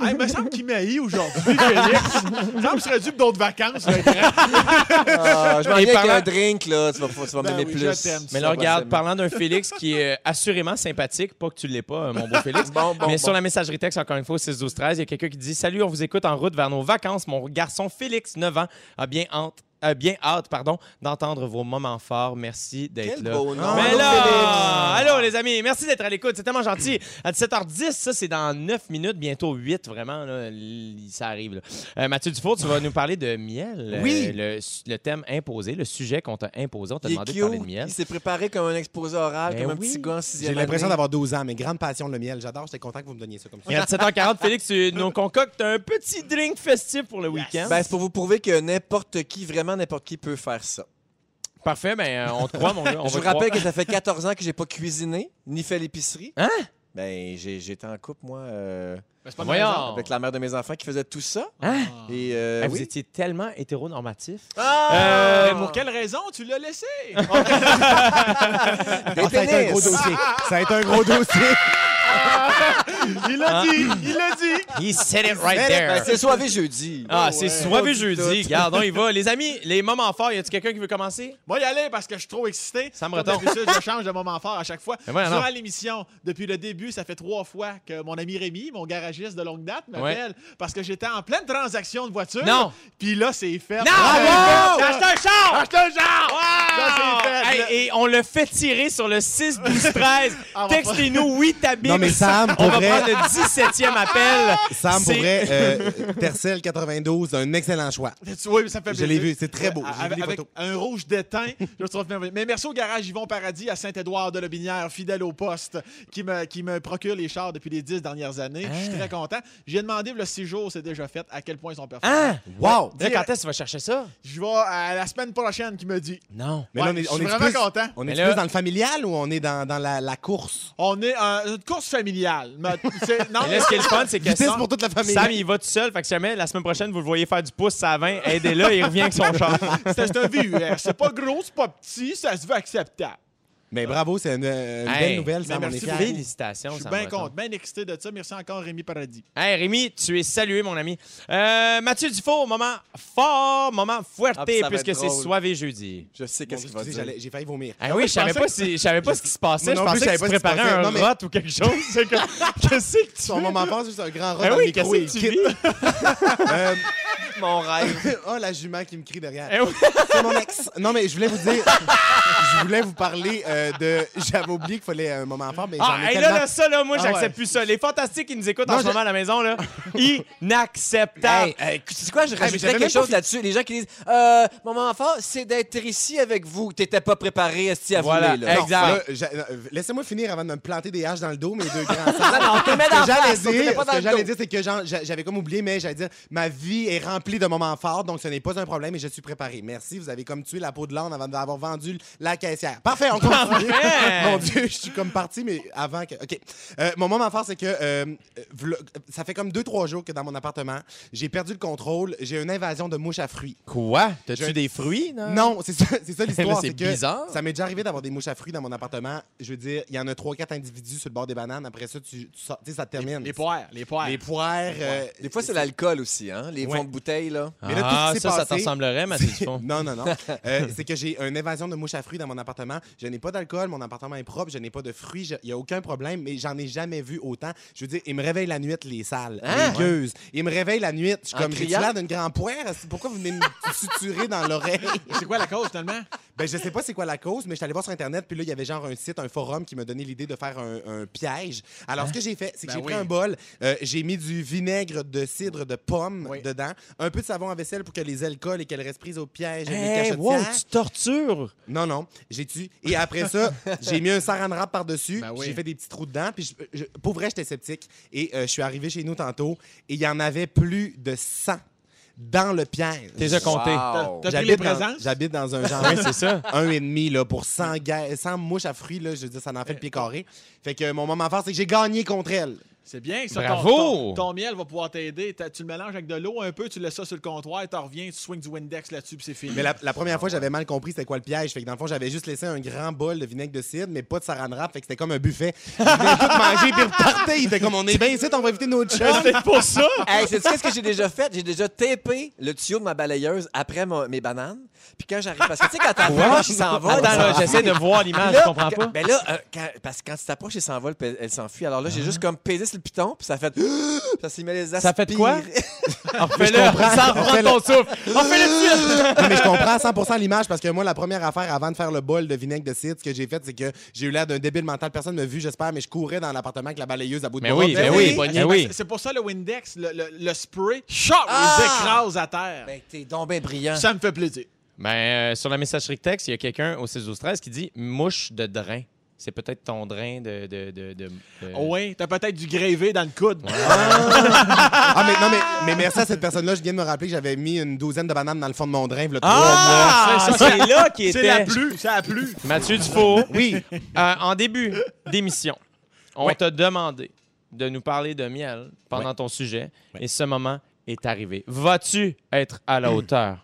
S4: Ah, il me semble qu'il m'a eu aujourd'hui, Félix. Il me semble que je serais dû pour d'autres vacances. mais-
S2: Ah, je m'en
S1: Et
S2: viens avec
S1: parlant-
S2: un drink, là. Tu vas, tu vas
S4: Ben
S2: m'aimer
S4: oui,
S2: plus.
S4: je t'aime, tu
S1: Mais
S2: Ça,
S1: là, regarde,
S2: forcément.
S1: parlant d'un Félix qui est euh, assurément sympathique, pas que tu l'aies pas, euh, mon beau Félix,
S2: Bon, bon,
S1: mais
S2: bon.
S1: sur la messagerie texte, encore une fois, au 6 12 13 il y a quelqu'un qui dit « Salut, on vous écoute en route vers nos vacances. Mon garçon Félix, 9 ans, a bien hâte, a bien hâte pardon, d'entendre vos moments forts. Merci d'être
S2: Quel
S1: là.
S2: beau nom.
S1: Mais
S2: Allô,
S1: là,
S2: Félix.
S1: allô les amis, merci d'être à l'écoute, c'est tellement gentil. À 17h10, ça c'est dans 9 minutes, bientôt 8 vraiment, là, l- ça arrive. là. Euh, Mathieu Dufour, tu vas nous parler de miel. euh,
S3: Oui.
S1: le, le thème imposé, le sujet qu'on t'a imposé, on t'a
S2: Il est
S1: demandé de parler de
S2: cute.
S1: miel.
S2: Il s'est préparé comme un exposé oral,
S1: Ben
S2: comme un
S1: oui.
S2: petit gars en sixième
S3: J'ai l'impression
S2: année.
S3: d'avoir 12 ans, mais grande passion le miel. J'adore, j'étais content que vous me donniez ça comme ça.
S1: Et à 17h40, Félix, tu nous concoctes un petit drink festif pour le
S3: Hein?
S1: week-end.
S2: Ben, c'est pour vous prouver que n'importe qui, vraiment n'importe qui, peut faire ça.
S1: Parfait, ben, euh, on te croit, mon gars. On
S2: je vous
S1: va te
S2: rappelle
S1: croire.
S2: que ça fait 14 ans que j'ai pas cuisiné, ni fait l'épicerie.
S1: Hein?
S2: Ben, j'ai- j'étais en couple, moi, euh,
S4: Mais c'est pas
S1: Voyons.
S3: Oh.
S4: de
S2: avec la mère de mes enfants qui faisait tout ça.
S3: Ah.
S1: Hein?
S4: raison.
S2: Et, euh,
S1: Hey, Vous
S2: oui.
S1: étiez tellement hétéronormatif.
S4: Euh,
S2: Ah!
S4: pour quelle raison tu l'as laissé? Oh,
S2: Des
S3: Ah, ça a été un
S2: pénis!
S3: gros dossier. Ça a été un gros dossier.
S4: Il l'a dit! Il l'a dit!
S1: He said it right
S2: Ben,
S1: there.
S2: c'est soirée jeudi.
S1: Ah, c'est soivé jeudi.
S2: Tout.
S1: Regarde, on y va. Les amis, les moments forts, y a-tu quelqu'un qui veut commencer?
S4: Moi, y aller parce que je suis trop excité.
S1: Ça me
S4: Comme
S1: retombe.
S4: d'habitude, je change de moment fort à chaque fois.
S1: Mais voyons
S4: Durant
S1: donc.
S4: l'émission, depuis le début, ça fait trois fois que mon ami Rémi, mon garagiste de longue date, m'appelle parce que j'étais en pleine transaction de voiture.
S1: Non.
S4: Puis là, c'est fait.
S1: Non!
S4: Là,
S1: Wow!
S4: c'est fait.
S1: Acheter un char!
S4: Acheter un char!
S1: Wow!
S4: Là, c'est fait.
S1: Hey, et on le fait tirer sur le 6 12 13.
S4: Ah, on va
S1: Textez-nous oui t'habites.
S3: Non, mais Sam, pour
S1: on va
S3: vrai-
S1: prendre le 17e appel.
S3: Sam, pour
S1: C'est-
S3: vrai, euh, Tercel 92, un excellent choix.
S4: Tu- Oui, ça fait
S3: Je
S4: plaisir.
S3: l'ai vu, c'est très beau.
S4: Ouais,
S3: J'ai vu
S4: avec,
S3: les
S4: avec
S3: photos.
S4: un rouge d'étain. je trouve merveilleux. Mais merci au garage Yvon Paradis à Saint-Édouard de Lobinière, fidèle au poste, qui me, qui me procure les chars depuis les dix dernières années. Je suis
S3: Hein?
S4: très content. J'ai demandé le six jours, c'est déjà fait, à quel point ils sont performants.
S1: Hein?
S3: Wow!
S1: Là, quand est-ce que tu vas chercher ça?
S4: Je vais à la semaine prochaine qui me dit.
S1: Non.
S3: Mais
S4: Ouais,
S3: là, on est,
S4: je
S3: on
S4: suis
S3: est
S4: vraiment
S3: plus,
S4: content.
S3: On
S1: Mais
S3: est
S1: là-
S3: plus dans le familial ou on est dans, dans la, la course?
S4: On est en une course familiale. Mais c'est- non,
S1: Mais là, ce qui est le fun, c'est que
S3: Vitesse
S1: Sam-
S3: pour toute la famille.
S1: Sam, il va tout seul. Fait que si jamais, la semaine prochaine, vous le voyez faire du pouce à 20, aidez-le, il revient avec son char.
S4: c'est c'est un VUS. C'est pas gros, c'est pas petit, ça se veut acceptable.
S3: Mais bravo, c'est une, euh, une
S1: Hey,
S3: belle nouvelle, Sam.
S4: mais
S3: on est
S4: merci
S3: fiers.
S4: beaucoup.
S1: Félicitations,
S4: Je suis
S1: Sam
S4: bien
S1: Breton.
S4: content, bien excité de ça. Merci encore, Rémi Paradis.
S1: Hey, Rémi, tu es salué, mon ami. Euh, Mathieu Dufour, moment fort, moment fuerte,
S2: Ah, puis ça va
S1: puisque
S2: être
S1: c'est
S2: drôle.
S1: soirée jeudi.
S2: Je sais
S3: Mon
S2: qu'est-ce
S3: Dieu,
S2: qu'il va
S3: excusez,
S2: dire.
S3: j'allais- J'ai failli vomir.
S1: Ah oui, je savais
S4: pensais
S1: pas, si, je savais pas ce qui se
S3: Moi
S1: passait. Je
S3: non plus,
S1: pensais
S3: je
S1: que tu
S3: savais pas ce qui se
S1: préparais un
S3: passait. Non, mais-
S1: rot ou quelque chose. C'est comme, Qu'est-ce que tu
S3: Son moment fort, c'est juste un grand rôle
S1: Ah
S3: dans
S1: oui,
S3: le micro.
S1: qu'est-ce que
S3: il
S1: tu
S3: quitte.
S1: vis?
S3: Euh,
S2: Mon rêve.
S3: oh, la jument qui me crie derrière.
S1: Eh oui.
S3: C'est mon ex. Non, mais je voulais vous dire. je voulais vous parler euh, de. J'avais oublié qu'il fallait un moment fort, mais
S1: Ah,
S3: j'en ai
S1: hey,
S3: tellement...
S1: là, là, ça, là, moi,
S3: Ah,
S1: j'accepte
S3: ouais.
S1: plus ça. Les fantastiques qui nous écoutent en
S3: Non,
S1: ce
S3: je-
S1: moment à la maison, là, inacceptable.
S2: Hey, hey, tu sais quoi, je rajouterais
S3: Ah, j'avais même
S2: quelque
S3: pas
S2: chose là-dessus. Les gens qui disent euh, Mon moment fort, c'est d'être ici avec vous. T'étais pas préparé esti, à
S1: Voilà,
S2: voler, là.
S1: exact.
S3: Là, j'a- euh, Laissez-moi finir avant de me planter des haches dans le dos, mes deux grands sens.
S2: Non, non, on te met
S3: Ce
S2: dans
S3: que
S2: la
S3: j'allais
S2: place. on te met
S3: dire,
S2: pas
S3: ce
S2: dans
S3: que
S2: le
S3: j'allais
S2: dos.
S3: dire, c'est que genre, j'a- j'avais comme oublié, mais j'allais dire ma vie est remplie de moments forts, donc ce n'est pas un problème et je suis préparé. Merci, vous avez comme tué la peau de l'âne avant d'avoir vendu la caissière. Parfait, on continue.
S1: Parfait!
S3: Mon Dieu, je suis comme parti, mais avant que. OK. Euh, mon moment fort, c'est que euh, v'là- ça fait comme deux, trois jours que dans mon appartement, j'ai perdu le contrôle, j'ai une invasion de mouches à fruits.
S1: Quoi?
S3: Je-
S1: T'as-tu des fruits?
S2: Ah.
S1: Non.
S3: Non, c'est ça, c'est ça l'histoire.
S1: C'est
S3: c'est que
S1: bizarre.
S3: Ça m'est déjà arrivé d'avoir des mouches à fruits dans mon appartement. Je veux dire, il y en a 3-4 individus sur le bord des bananes. Après ça, tu, tu sors- tu sais, ça termine.
S4: Les poires, les poires.
S3: Les poires. euh,
S2: Des fois, c'est l'alcool aussi, hein? Les
S3: Ouais.
S2: fonds de bouteille, là.
S3: Mais là, tout ce
S1: ah,
S3: qui s'est
S1: ça, ça
S3: passé,
S1: t'assemblerait, Mathieu
S3: c'est-
S1: Dupont.
S3: Non, non, non. Euh, c'est que j'ai une invasion de mouches à fruits dans mon appartement. Je n'ai pas d'alcool, mon appartement est propre, je n'ai pas de fruits, je- il n'y a aucun problème, mais j'en ai jamais vu autant. Je veux dire, ils me réveillent la nuit, les sales,
S2: Hein?
S3: les gueuses. Ils me réveillent la nuit. Je suis
S2: En
S3: comme, j'ai
S2: criant?
S3: l'air d'une grande poire. Pourquoi vous venez me suturer dans l'oreille?
S4: C'est quoi la cause, finalement?
S3: Ben, je sais pas c'est quoi la cause, mais je suis allé voir sur Internet, puis là, il y avait genre un site, un forum qui me donnait l'idée de faire un, un piège. Alors, ce que j'ai fait, c'est que
S4: Ben
S3: j'ai
S4: oui.
S3: pris un bol, euh, j'ai mis du vinaigre de cidre de pomme
S4: Oui.
S3: dedans, un peu de savon à vaisselle pour que les alcools et qu'elles restent prises au piège et les
S1: Hey,
S3: cachetières.
S1: Eh, wow, tu tortures!
S3: Non, non, j'ai tué. Et après ça, j'ai mis un saran wrap par-dessus,
S4: Ben
S3: puis
S4: oui.
S3: j'ai fait des petits trous dedans, puis je- je- pour vrai, j'étais sceptique. Et euh, je suis arrivé chez nous tantôt, et il y en avait plus de 100 dans le piège.
S1: T'es déjà compté.
S2: Wow.
S4: T'as- t'as- pris
S3: J'habite
S4: les
S3: dans-
S4: présences?
S3: J'habite dans un genre
S1: Oui, c'est ça.
S3: un et demi là, pour 100, ga- 100 mouches à fruits. Là, je veux dire, ça en fait le
S4: Euh,
S3: pied carré. Fait que mon moment fort, c'est que j'ai gagné contre elle.
S4: C'est bien, ça. ton-
S1: Bravo!
S4: Ton, ton miel va pouvoir t'aider. T'as- Tu le mélanges avec de l'eau un peu, tu laisses ça sur le comptoir, t'en reviens, tu swings du Windex là-dessus, puis c'est fini.
S3: Mais la, la première fois, j'avais mal compris c'était quoi le piège. Fait que dans le fond, j'avais juste laissé un grand bol de vinaigre de cidre, mais pas de saran wrap. Fait que c'était comme un buffet. Ils venaient tout manger puis repartaient. Ils étaient comme on est bien ici, on va éviter nos chums.
S1: C'est pour ça!
S2: Hey, sais-tu qu'est-ce que j'ai déjà fait? J'ai déjà tapé le tuyau de ma balayeuse après mon- mes bananes. Puis quand j'arrive, parce que tu sais, quand t'approches, il s'envole.
S1: Attends,
S2: il
S1: là,
S2: s'enfuit.
S1: j'essaie de voir
S2: Puis
S1: l'image,
S2: là,
S1: je comprends
S2: que-
S1: pas.
S2: ben là, euh, quand- parce que quand tu t'approches, il s'envole, puis elle, elle s'enfuit. Alors là, j'ai juste comme pesé sur le piton, puis ça fait. ça s'est mis les aspirés.
S1: Ça fait de quoi? On fait
S3: Je
S1: le
S3: comprends.
S1: sans reprendre ton souffle. Ah, On fait le suite.
S3: Non, mais je comprends à 100 l'image parce que moi, la première affaire avant de faire le bol de vinaigre de cidre, ce que j'ai fait, c'est que j'ai eu l'air d'un débile mental. Personne ne m'a vu, j'espère, mais je courais dans l'appartement avec la balayeuse à bout de
S1: Mais
S3: bras.
S4: Eh
S1: oui, ben
S3: Ben
S1: oui, ben
S4: C'est-
S1: oui.
S4: C'est pour ça le Windex, le, le- le spray, choc,
S2: Ah!
S4: les écrase à terre.
S2: Ben, t'es donc bien brillant.
S4: ça me fait plaisir.
S1: Ben, euh, sur la messagerie texte, il y a quelqu'un au 6 12 13 qui dit mouche de drain. C'est peut-être ton drain de. de, de, de- de-
S4: Oui, Oh t'as peut-être du grévé dans le coude.
S3: Ah, mais non, mais, mais merci à cette personne-là. Je viens de me rappeler que j'avais mis une douzaine de bananes dans le fond de mon drain, v'là
S1: Ah!
S4: C'est ça,
S1: C'est là qui
S4: C'est
S1: était.
S4: la pluie, ça a plu.
S1: Mathieu Dufour,
S3: Oui.
S1: euh, en début d'émission, on
S4: Ouais.
S1: t'a demandé de nous parler de miel pendant ton sujet et ce moment est arrivé. Vas-tu être à
S3: Mmh.
S1: la hauteur?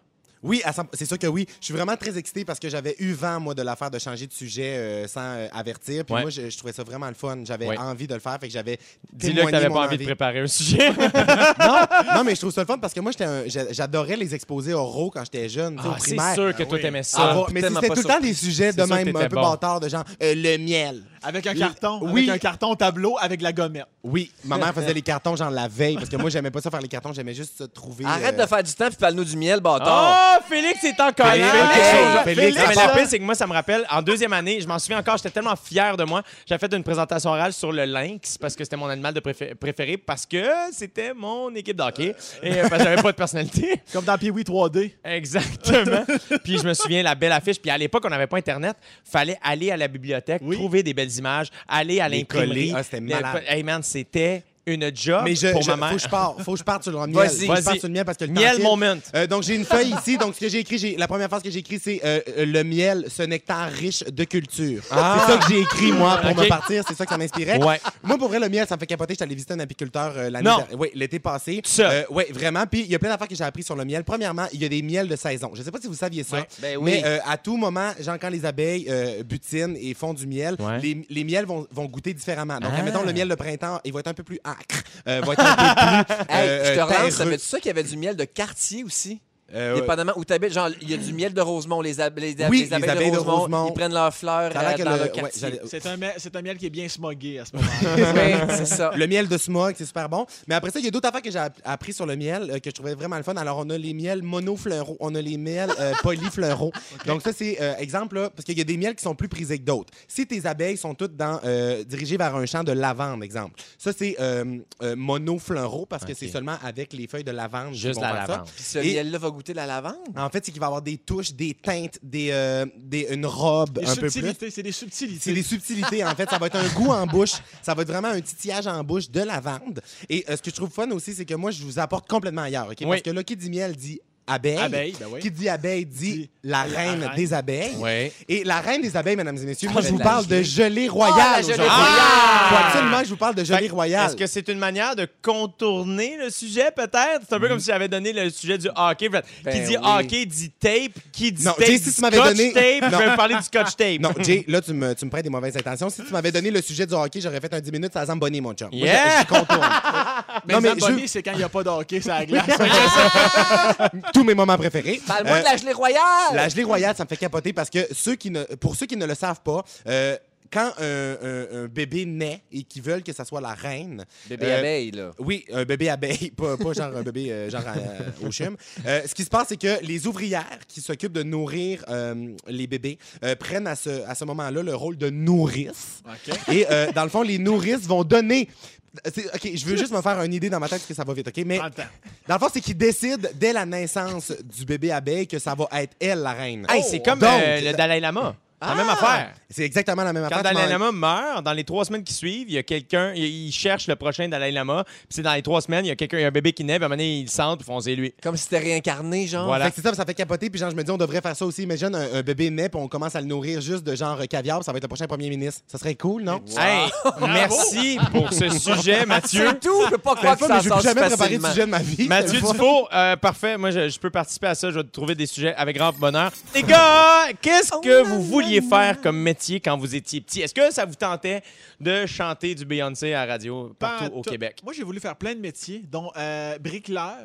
S3: Oui, à 100 c'est sûr que oui. Je suis vraiment très excité parce que j'avais eu vent, moi, de l'affaire de changer de sujet euh, sans euh, avertir. Puis
S1: Ouais.
S3: moi, je, je trouvais ça vraiment le fun. J'avais
S1: Ouais.
S3: envie de le faire, fait que j'avais
S1: Dis-le que
S3: témoigné
S1: t'avais
S3: mon
S1: pas envie de préparer un sujet.
S3: Non, mais je trouve ça le fun parce que moi, j'étais un- j'a- j'adorais les exposés oraux quand j'étais jeune, tu sais, au
S1: Ah, c'est
S3: primaire.
S1: sûr que toi t'aimais ça.
S3: Ah, bon,
S2: Puis
S3: mais
S2: tellement
S3: c'était
S2: pas
S3: tout le temps
S2: surpris.
S3: des sujets de
S1: C'est sûr que
S3: même un
S1: t'étais
S3: peu
S1: bon.
S3: bâtard de genre euh, le miel.
S4: Avec un carton,
S3: Oui.
S4: avec un carton tableau, avec la gommette.
S3: Oui, ma mère faisait les cartons genre la veille parce que moi j'aimais pas ça faire les cartons, j'aimais juste ça trouver.
S2: Arrête
S3: euh,
S2: de faire du temps, puis parle-nous du miel, bâtard.
S3: Ah,
S1: Oh, Félix est en colère.
S3: Félix, Félix, Félix,
S1: Non, mais
S3: ça.
S1: le pire, c'est que moi, ça me rappelle, en deuxième année, je m'en souviens encore, j'étais tellement fier de moi. J'avais fait une présentation orale sur le lynx parce que c'était mon animal de préfé- préféré parce que c'était mon équipe d'hockey et euh, parce que j'avais pas de personnalité.
S4: Comme dans Pee-Wee 3D.
S1: Exactement. puis je me souviens la belle affiche. Puis à l'époque, on n'avait pas Internet. Fallait aller à la bibliothèque,
S4: Oui.
S1: trouver des belles images, aller à
S3: Les
S1: l'imprimerie.
S3: coller. Ah, c'était
S1: Le-
S3: malade.
S1: Hey man, c'était une job
S3: Mais je,
S1: pour
S3: je-
S1: ma mère. Ah!
S3: faut que je parte, faut que je parte sur le miel.
S2: Vas-y,
S3: Faut que je
S1: vas-y.
S3: parte sur le miel parce que le temps
S1: Miel
S3: file.
S1: moment.
S3: Euh, donc j'ai une feuille ici. Donc ce que j'ai écrit, j'ai- la première phrase que j'ai écrit, c'est euh, euh, le miel, ce nectar riche de culture. C'est ça que j'ai écrit moi pour
S1: Ah. Ok.
S3: me partir. C'est ça que ça m'inspirait.
S1: Ouais.
S3: Moi pour vrai le miel, ça me fait capoter. J'étais allé visiter un apiculteur euh, l'année
S1: Non.
S3: dernière- ouais, l'été passé.
S1: Tout seul.
S3: Euh, ouais, vraiment. Puis il y a plein d'affaires que j'ai appris sur le miel. Premièrement, il y a des miels de saison. Je sais pas si vous saviez ça,
S1: Ouais.
S2: Ben oui.
S3: mais euh, à tout moment, genre quand les abeilles euh, butinent et font du miel,
S1: Ouais.
S3: les, les miels vont, vont goûter différemment. Donc
S1: Ah.
S3: admettons le miel de printemps, il va être un peu plus acre, euh, va être un peu plus
S2: Hey,
S3: euh,
S2: je te
S3: euh,
S2: relance,
S3: terreux.
S2: savais-tu ça qu'il y avait du miel de quartier aussi? Euh, Dépendamment où tu habites, genre, il y a du miel de Rosemont, les, ab- les, ab-
S3: Oui,
S2: les abeilles, de, Rosemont, ils prennent leurs fleurs
S3: Ça a l'air
S2: euh,
S3: que
S2: dans
S3: le-
S2: leur
S3: ouais,
S2: quartier.
S3: j'allais-
S4: C'est un, mel- c'est un miel qui est bien smogué à ce moment-là.
S2: Ouais, c'est ça.
S3: Le miel de smog, c'est super bon. Mais après ça, il y a d'autres affaires que j'ai app- appris sur le miel euh, que je trouvais vraiment le fun. Alors, on a les miels monofleuraux, on a les miels euh, polyfleuraux. Donc, ça, c'est euh, exemple, là, parce qu'il y a des miels qui sont plus prisés que d'autres. Si tes abeilles sont toutes dans, euh, dirigées vers un champ de lavande, exemple, ça, c'est euh, euh, monofleuraux parce que c'est seulement avec les feuilles de lavande.
S1: Juste
S3: qu'ils
S1: la
S3: vont faire ça.
S1: lavande.
S2: Puis ce
S3: Et-
S2: miel-là va goûter la lavande.
S3: En fait, c'est qu'il va avoir des touches, des teintes, des, euh, des- une robe
S4: Des
S3: un peu plus.
S4: subtilités, c'est des
S3: C'est
S4: subtilités.
S3: des subtilités, en fait. Ça va être un goût en bouche. Ça va être vraiment un titillage en bouche de lavande. Et euh, ce que je trouve fun aussi, c'est que moi, je vous apporte complètement ailleurs. OK?
S1: Oui.
S3: Parce que là, qui dit miel dit abeille.
S4: Abeille, ben oui.
S3: Qui dit abeille dit
S4: Dit
S3: la
S4: la
S3: reine
S4: reine.
S3: des abeilles.
S1: Oui.
S3: Et la reine des abeilles, mesdames et messieurs, moi,
S2: Ah,
S3: je vous
S2: la
S3: parle de
S2: gelée.
S3: gelée
S2: Oh,
S3: royale.
S2: la gelée
S3: aujourd'hui. Ah!
S2: royale!
S3: Faut absolument que je vous parle de gelée
S1: Fait que,
S3: royale.
S1: Est-ce que c'est une manière de contourner le sujet, peut-être? C'est un peu
S3: Mm.
S1: comme si j'avais donné le sujet du hockey. Fait-
S2: Ben
S1: qui dit
S2: oui.
S1: hockey dit tape, qui dit
S3: Non,
S1: tape,
S3: tu sais, si
S1: dit
S3: tu m'avais
S1: scotch
S3: donné-
S1: tape,
S3: Non.
S1: je vais parler du scotch tape.
S3: Non, Jay, là, tu me, tu me prêtes des mauvaises intentions. Si tu m'avais donné le sujet du hockey, j'aurais fait un 10 minutes, ça semble bonnet, mon chum. Moi, je-
S1: Yeah!
S3: je contourne.
S4: Mais
S3: Non,
S4: les
S3: mais
S4: abonnés, c'est quand il n'y a pas de hockey, c'est la glace.
S3: Tous mes moments préférés. Euh,
S2: Parle-moi de la gelée royale!
S3: La gelée royale, ça me fait capoter parce que ceux qui ne, pour ceux qui ne le savent pas, euh, quand un, un- un bébé naît et qui veulent que ça soit la reine.
S2: Bébé
S3: euh,
S2: abeille, là.
S3: Oui, un bébé abeille, pas, pas genre un bébé euh, genre euh, au chum. Euh, ce qui se passe, c'est que les ouvrières qui s'occupent de nourrir euh, les bébés euh, prennent à ce, à ce moment-là le rôle de nourrice.
S4: OK.
S3: Et euh, dans le fond, les nourrices vont donner. euh, c'est- OK, je veux juste me faire une idée dans ma tête parce que ça va vite, OK? Mais
S4: Prends le temps.
S3: dans le fond, c'est qu'ils décident dès la naissance du bébé abeille que ça va être elle, la reine.
S1: Hey, c'est comme
S3: Donc, Ah!
S1: euh, le Dalai Lama. C'est la même affaire.
S3: C'est exactement la même
S1: Quand
S3: affaire.
S1: Dalai
S3: tu m'en-
S1: Lama meurt, dans les trois semaines qui suivent, il y a quelqu'un, il il cherche le prochain Dalai Lama. Puis c'est dans les trois semaines, il y a quelqu'un, il y a un bébé qui naît, puis à un moment donné, ils le sentent, puis font c'est lui.
S2: Comme si c'était réincarné, genre.
S1: Voilà.
S3: Fait que c'est ça, ça fait capoter. Puis genre, je me dis, on devrait faire ça aussi. Imagine un, un bébé naît, puis on commence à le nourrir juste de genre euh, caviar, puis ça va être le prochain premier ministre. Ça serait cool, non?
S1: Hey, merci pour ce sujet, Mathieu.
S2: C'est tout! Je peux pas
S3: C'est le
S2: croire
S3: fun,
S2: que
S3: Ben, mais je
S2: ça
S3: vais
S2: sort
S3: plus
S2: si
S3: jamais préparé de
S2: facilement.
S3: sujet de ma vie.
S1: Mathieu Dufour, euh, parfait. Moi, je, je peux participer à ça. Je vais te trouver des sujets avec grand bonheur. Les gars, qu'est-ce que vous vouliez faire comme métier quand vous étiez petit? Est-ce que ça vous tentait de chanter du Beyoncé à la radio partout
S4: Pas
S1: au
S4: tout.
S1: Québec?
S4: Moi, j'ai voulu faire plein de métiers, dont euh, bricoleur.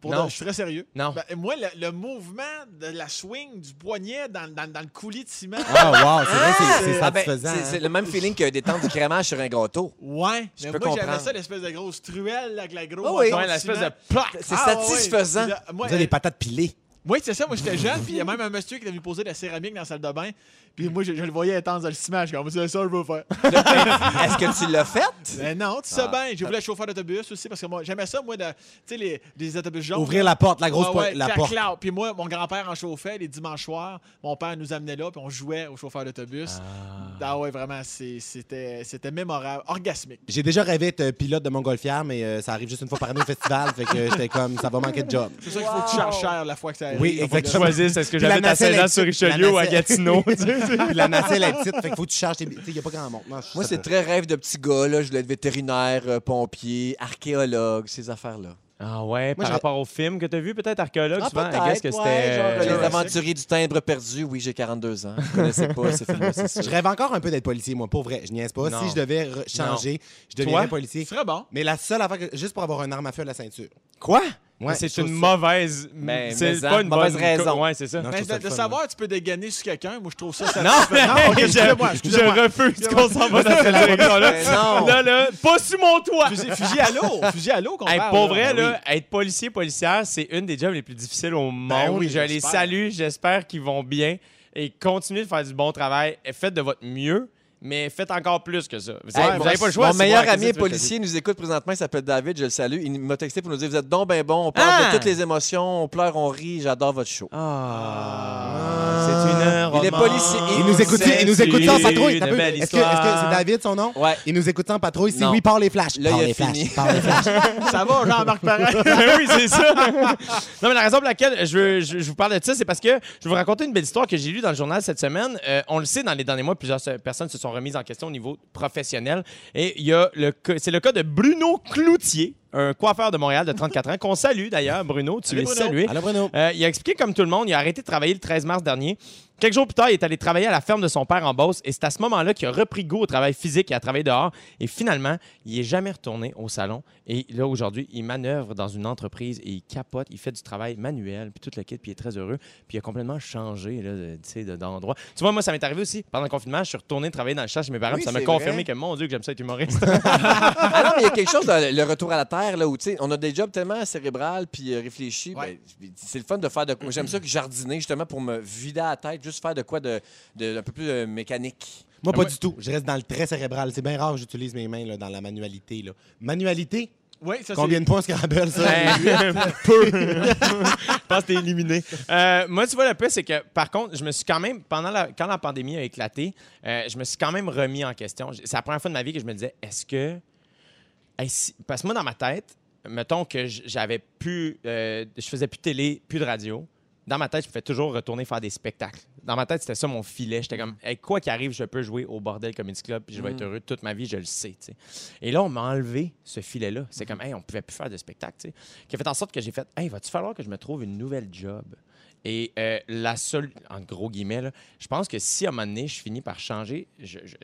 S4: Pour
S1: Non.
S4: de- je suis très sérieux.
S1: Non.
S4: Ben, moi, le, le mouvement de la swing du poignet dans, dans- dans le coulis de ciment.
S3: Ah, wow, c'est vrai, c'est- c'est
S2: Ah ben,
S3: satisfaisant.
S2: c'est-
S3: hein.
S2: c'est le même feeling que détendre du crémage sur un gâteau.
S4: Ouais,
S2: Je
S4: mais
S2: peux
S4: moi j'avais
S2: comprendre.
S4: ça, l'espèce de grosse truelle là, avec la grosse.
S2: Oh oui.
S1: Ouais, l'espèce de plaque.
S2: C'est
S4: Ah
S2: satisfaisant.
S4: Moi,
S3: Vous avez des patates pilées.
S4: Oui, c'est ça. Moi, j'étais jeune, puis il y a même un monsieur qui est venu poser de la céramique dans la salle de bain. Puis moi, je, je le voyais étendre dans le ciment. Je suis comme, c'est ça, que je veux faire.
S2: Est-ce que tu l'as fait?
S4: Mais non, tu sais bien. J'ai voulu être chauffeur d'autobus aussi, parce que moi, j'aimais ça, moi, de, tu sais, les, les autobus jaunes.
S3: Ouvrir la porte, la grosse
S4: Ouais,
S3: po-
S4: ouais,
S3: la
S4: clac,
S3: porte.
S4: clac. Puis moi, mon grand-père en chauffait les dimanches soirs. Mon père nous amenait là, puis on jouait au chauffeur d'autobus. Ah. ouais, vraiment, c'est- c'était c'était mémorable, orgasmique.
S3: J'ai déjà rêvé d'être euh, pilote de montgolfière, mais euh, ça arrive juste une fois par année au festival. Fait que euh, j'étais comme, ça va manquer de job.
S4: C'est sûr qu'il faut que tu charges cher la fois que ça arrive.
S3: Oui,
S4: Donc, on a-
S3: exactement.
S1: Choisissent, est-ce que
S3: Puis la
S1: j'avais à
S3: nacelle est-
S1: Saint-Jean-sur-Richelieu ou à
S3: la nacelle-
S1: Gatineau? tu sais?
S3: Puis la nacelle est petite, fait qu'il faut que tu charges tes. Tu sais, il n'y a pas grand monde. Non, je-
S2: Moi,
S3: ça
S2: c'est
S3: peut-
S2: très rêve de petit gars, là. Je voulais être vétérinaire, euh, pompier, archéologue, ces affaires-là.
S1: Ah ouais, par
S3: j'ai-
S1: rapport au film que t'as vu, peut-être archéologue,
S2: Ah,
S1: souvent,
S2: peut-être,
S1: qu'est-ce que
S2: ouais,
S1: c'était.
S2: genre,
S1: euh,
S2: Les aventuriers du timbre perdu, oui, j'ai 42 ans. Je connaissais pas ces films c'est sûr.
S3: Je rêve encore un peu d'être policier, moi, pour vrai. Je niaise pas.
S1: Non.
S3: Si je devais re- changer, je
S1: Toi?
S3: deviendrais
S4: C'est
S3: policier.
S4: très bon.
S3: Mais la seule affaire, que- juste pour avoir un arme à feu à la ceinture.
S1: Quoi?
S3: Ouais, je
S1: c'est
S3: trouve
S1: une
S3: ça-
S1: mauvaise.
S2: Mais-
S1: c'est
S2: mais
S1: pas
S2: en-
S1: une
S2: mauvaise
S1: bonne-
S2: raison.
S1: Ouais, c'est ça.
S3: Non, je
S4: Mais
S3: trouve ça
S4: de,
S3: le
S4: de
S3: fun,
S4: savoir, tu peux dégainer sur quelqu'un. Moi, je trouve ça. ça
S1: Non,
S4: Non, ok,
S1: je,
S4: excusez-moi, excusez-moi.
S1: je refuse qu'on s'en va dans cette
S2: Mais
S1: direction-là.
S2: non.
S1: Là, là, pas sur mon toit.
S4: Fusil, fusil à l'eau, fusil à l'eau qu'on
S1: Hey,
S4: parle,
S1: pour vrai,
S4: Ben oui.
S1: là, être policier, policière, c'est une des jobs les plus difficiles au monde.
S4: oui,
S1: je les
S4: j'espère.
S1: salue, j'espère qu'ils vont bien et continuez de faire du bon travail. Et Faites de votre mieux, mais faites encore plus que ça. Vous
S2: Hey,
S1: avez- vous
S2: mon-
S1: avez pas le choix.
S2: Mon
S1: c'est
S2: meilleur
S1: moi,
S2: ami
S1: qu'est-ce que tu veux que je te
S2: policier nous écoute présentement, il s'appelle David, je le salue. Il m'a texté pour nous dire Vous êtes donc ben bon, on parle
S1: Ah!
S2: de toutes les émotions, on pleure, on rit, j'adore votre show.
S1: Ah, c'est une heure.
S2: Il est policier.
S3: Il nous écoute,
S2: C'est
S3: il nous écoute ça en
S1: Oh, une
S3: patrouille. t'as peu.
S1: belle
S3: Est-ce que est-ce que c'est
S1: histoire.
S3: David son nom?
S2: Ouais.
S3: Il nous écoute ça en patrouille. Si
S2: Non.
S3: oui, par les flashs.
S2: Là,
S3: Par
S2: il a
S3: les flashs,
S2: fini.
S3: par les flashs.
S4: Ça va, Jean-Marc Parent.
S1: Ben oui, c'est ça. non, mais la raison pour laquelle je, veux- je- je vous parle de ça, c'est parce que je vais vous raconter une belle histoire que j'ai lue dans le journal cette semaine. Euh, on le sait, dans les derniers mois, plusieurs se- personnes se sont remises en question au niveau professionnel. Et il y a le, ca- c'est le cas de Bruno Cloutier, un coiffeur de Montréal de 34 ans, qu'on salue d'ailleurs. Bruno, tu
S4: Salut,
S1: es
S4: Bruno.
S1: salué.
S3: Alors, Bruno.
S1: Euh, il a expliqué comme tout le monde, il a arrêté de travailler le 13 mars dernier Quelques jours plus tard, il est allé travailler à la ferme de son père en Beauce et c'est à ce moment-là qu'il a repris goût au travail physique et à travailler dehors. Et finalement, il n'est jamais retourné au salon. Et là, aujourd'hui, il manœuvre dans une entreprise et il capote, il fait du travail manuel, puis toute le kit, puis il est très heureux. Puis il a complètement changé là, de- tu sais, de- d'endroit. Tu vois, moi, ça m'est arrivé aussi. Pendant le confinement, je suis retourné travailler dans le champ chez mes parents,
S2: Oui,
S1: puis ça m'a
S2: c'est
S1: confirmé que,
S2: vrai.
S1: mon Dieu, que j'aime ça être humoriste.
S2: Ah non, mais il y a quelque chose dans le retour à la terre, là, où, tu sais, on a des jobs tellement cérébrales puis euh, réfléchis.
S4: Ouais.
S2: ben, c'est le fun de faire de quoi. J'aime ça que jardiner, justement, pour me vider la tête, juste faire de quoi de, de- un peu plus euh, mécanique.
S3: Moi, pas du tout. Je reste dans le très cérébral. C'est bien rare que j'utilise mes mains là, dans la manualité. là. Manualité?
S4: Oui, ça
S3: Combien de points Scrabble, ça?
S1: Ben, peu. je pense que t'es éliminé. Euh, moi, tu vois, le pire, c'est que, par contre, je me suis quand même, pendant la, quand la pandémie a éclaté, euh, je me suis quand même remis en question. J- C'est la première fois de ma vie que je me disais, est-ce que. Hey, si- Parce que moi, dans ma tête, mettons que j- j'avais plus. euh, je faisais plus de télé, plus de radio. Dans ma tête, je me fais toujours retourner faire des spectacles. Dans ma tête, c'était ça mon filet. J'étais comme, Hey, quoi qu'il arrive, je peux jouer au Bordel Comedy Club, puis je vais être heureux toute ma vie, je le sais. tu sais. Et là, on m'a enlevé ce filet-là. C'est comme, hey, on pouvait plus faire de spectacle, tu sais. Qui a fait en sorte que j'ai fait, hey, va-tu falloir que je me trouve une nouvelle job? Et euh, la seule, en gros guillemets, là, je pense que si à un moment donné, je finis par changer, je, je-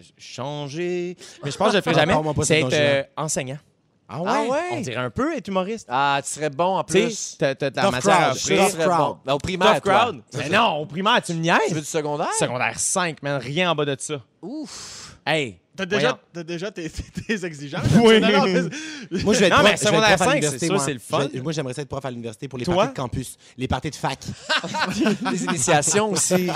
S1: changer, mais je pense que je le ferai jamais,
S3: Parle-moi pas de
S1: c'est
S3: ton
S1: être euh, enseignant.
S3: Ah
S2: Ah ouais?
S1: On dirait un peu être humoriste.
S2: Ah, tu serais bon en
S1: Tu sais,
S2: plus.
S1: t'as t'as de la
S3: Tough
S1: matière à
S3: crowd.
S2: Tu
S1: offrir.
S3: Tough
S2: serais
S3: crowd.
S2: bon. Ben, au primaire,
S1: Tough
S2: toi.
S1: crowd. Mais non, au primaire, tu me
S2: Tu veux
S1: niaises.
S2: du secondaire?
S1: Secondaire 5, man, rien en bas de ça.
S2: Ouf!
S1: Hey,
S4: T'as
S1: voyons.
S4: déjà, t'as déjà tes, tes- tes exigences.
S1: Oui.
S4: Non, non, mais-
S3: Moi, je vais être prof-
S1: Non, mais
S3: je vais être
S1: secondaire
S3: prof à
S1: cinq,
S3: l'université,
S1: c'est sûr,
S3: moi.
S1: c'est le fun.
S3: Je- moi, j'aimerais ça être prof à l'université pour les
S1: Toi?
S3: parties de campus, les parties de fac.
S2: Les initiations aussi.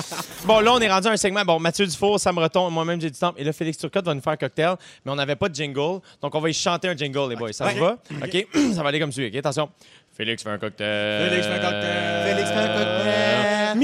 S1: Bon, là, on est rendu à un segment. Bon, Mathieu Dufour, Sam Breton, moi-même, j'ai du temps. Et là, Félix Turcotte va nous faire un cocktail, mais on n'avait pas de jingle. Donc, on va y chanter un jingle, les boys. Ça vous va? OK? ça va aller comme suit. OK? Attention. Félix fait un cocktail.
S4: Félix fait un cocktail. Félix fait un
S1: cocktail.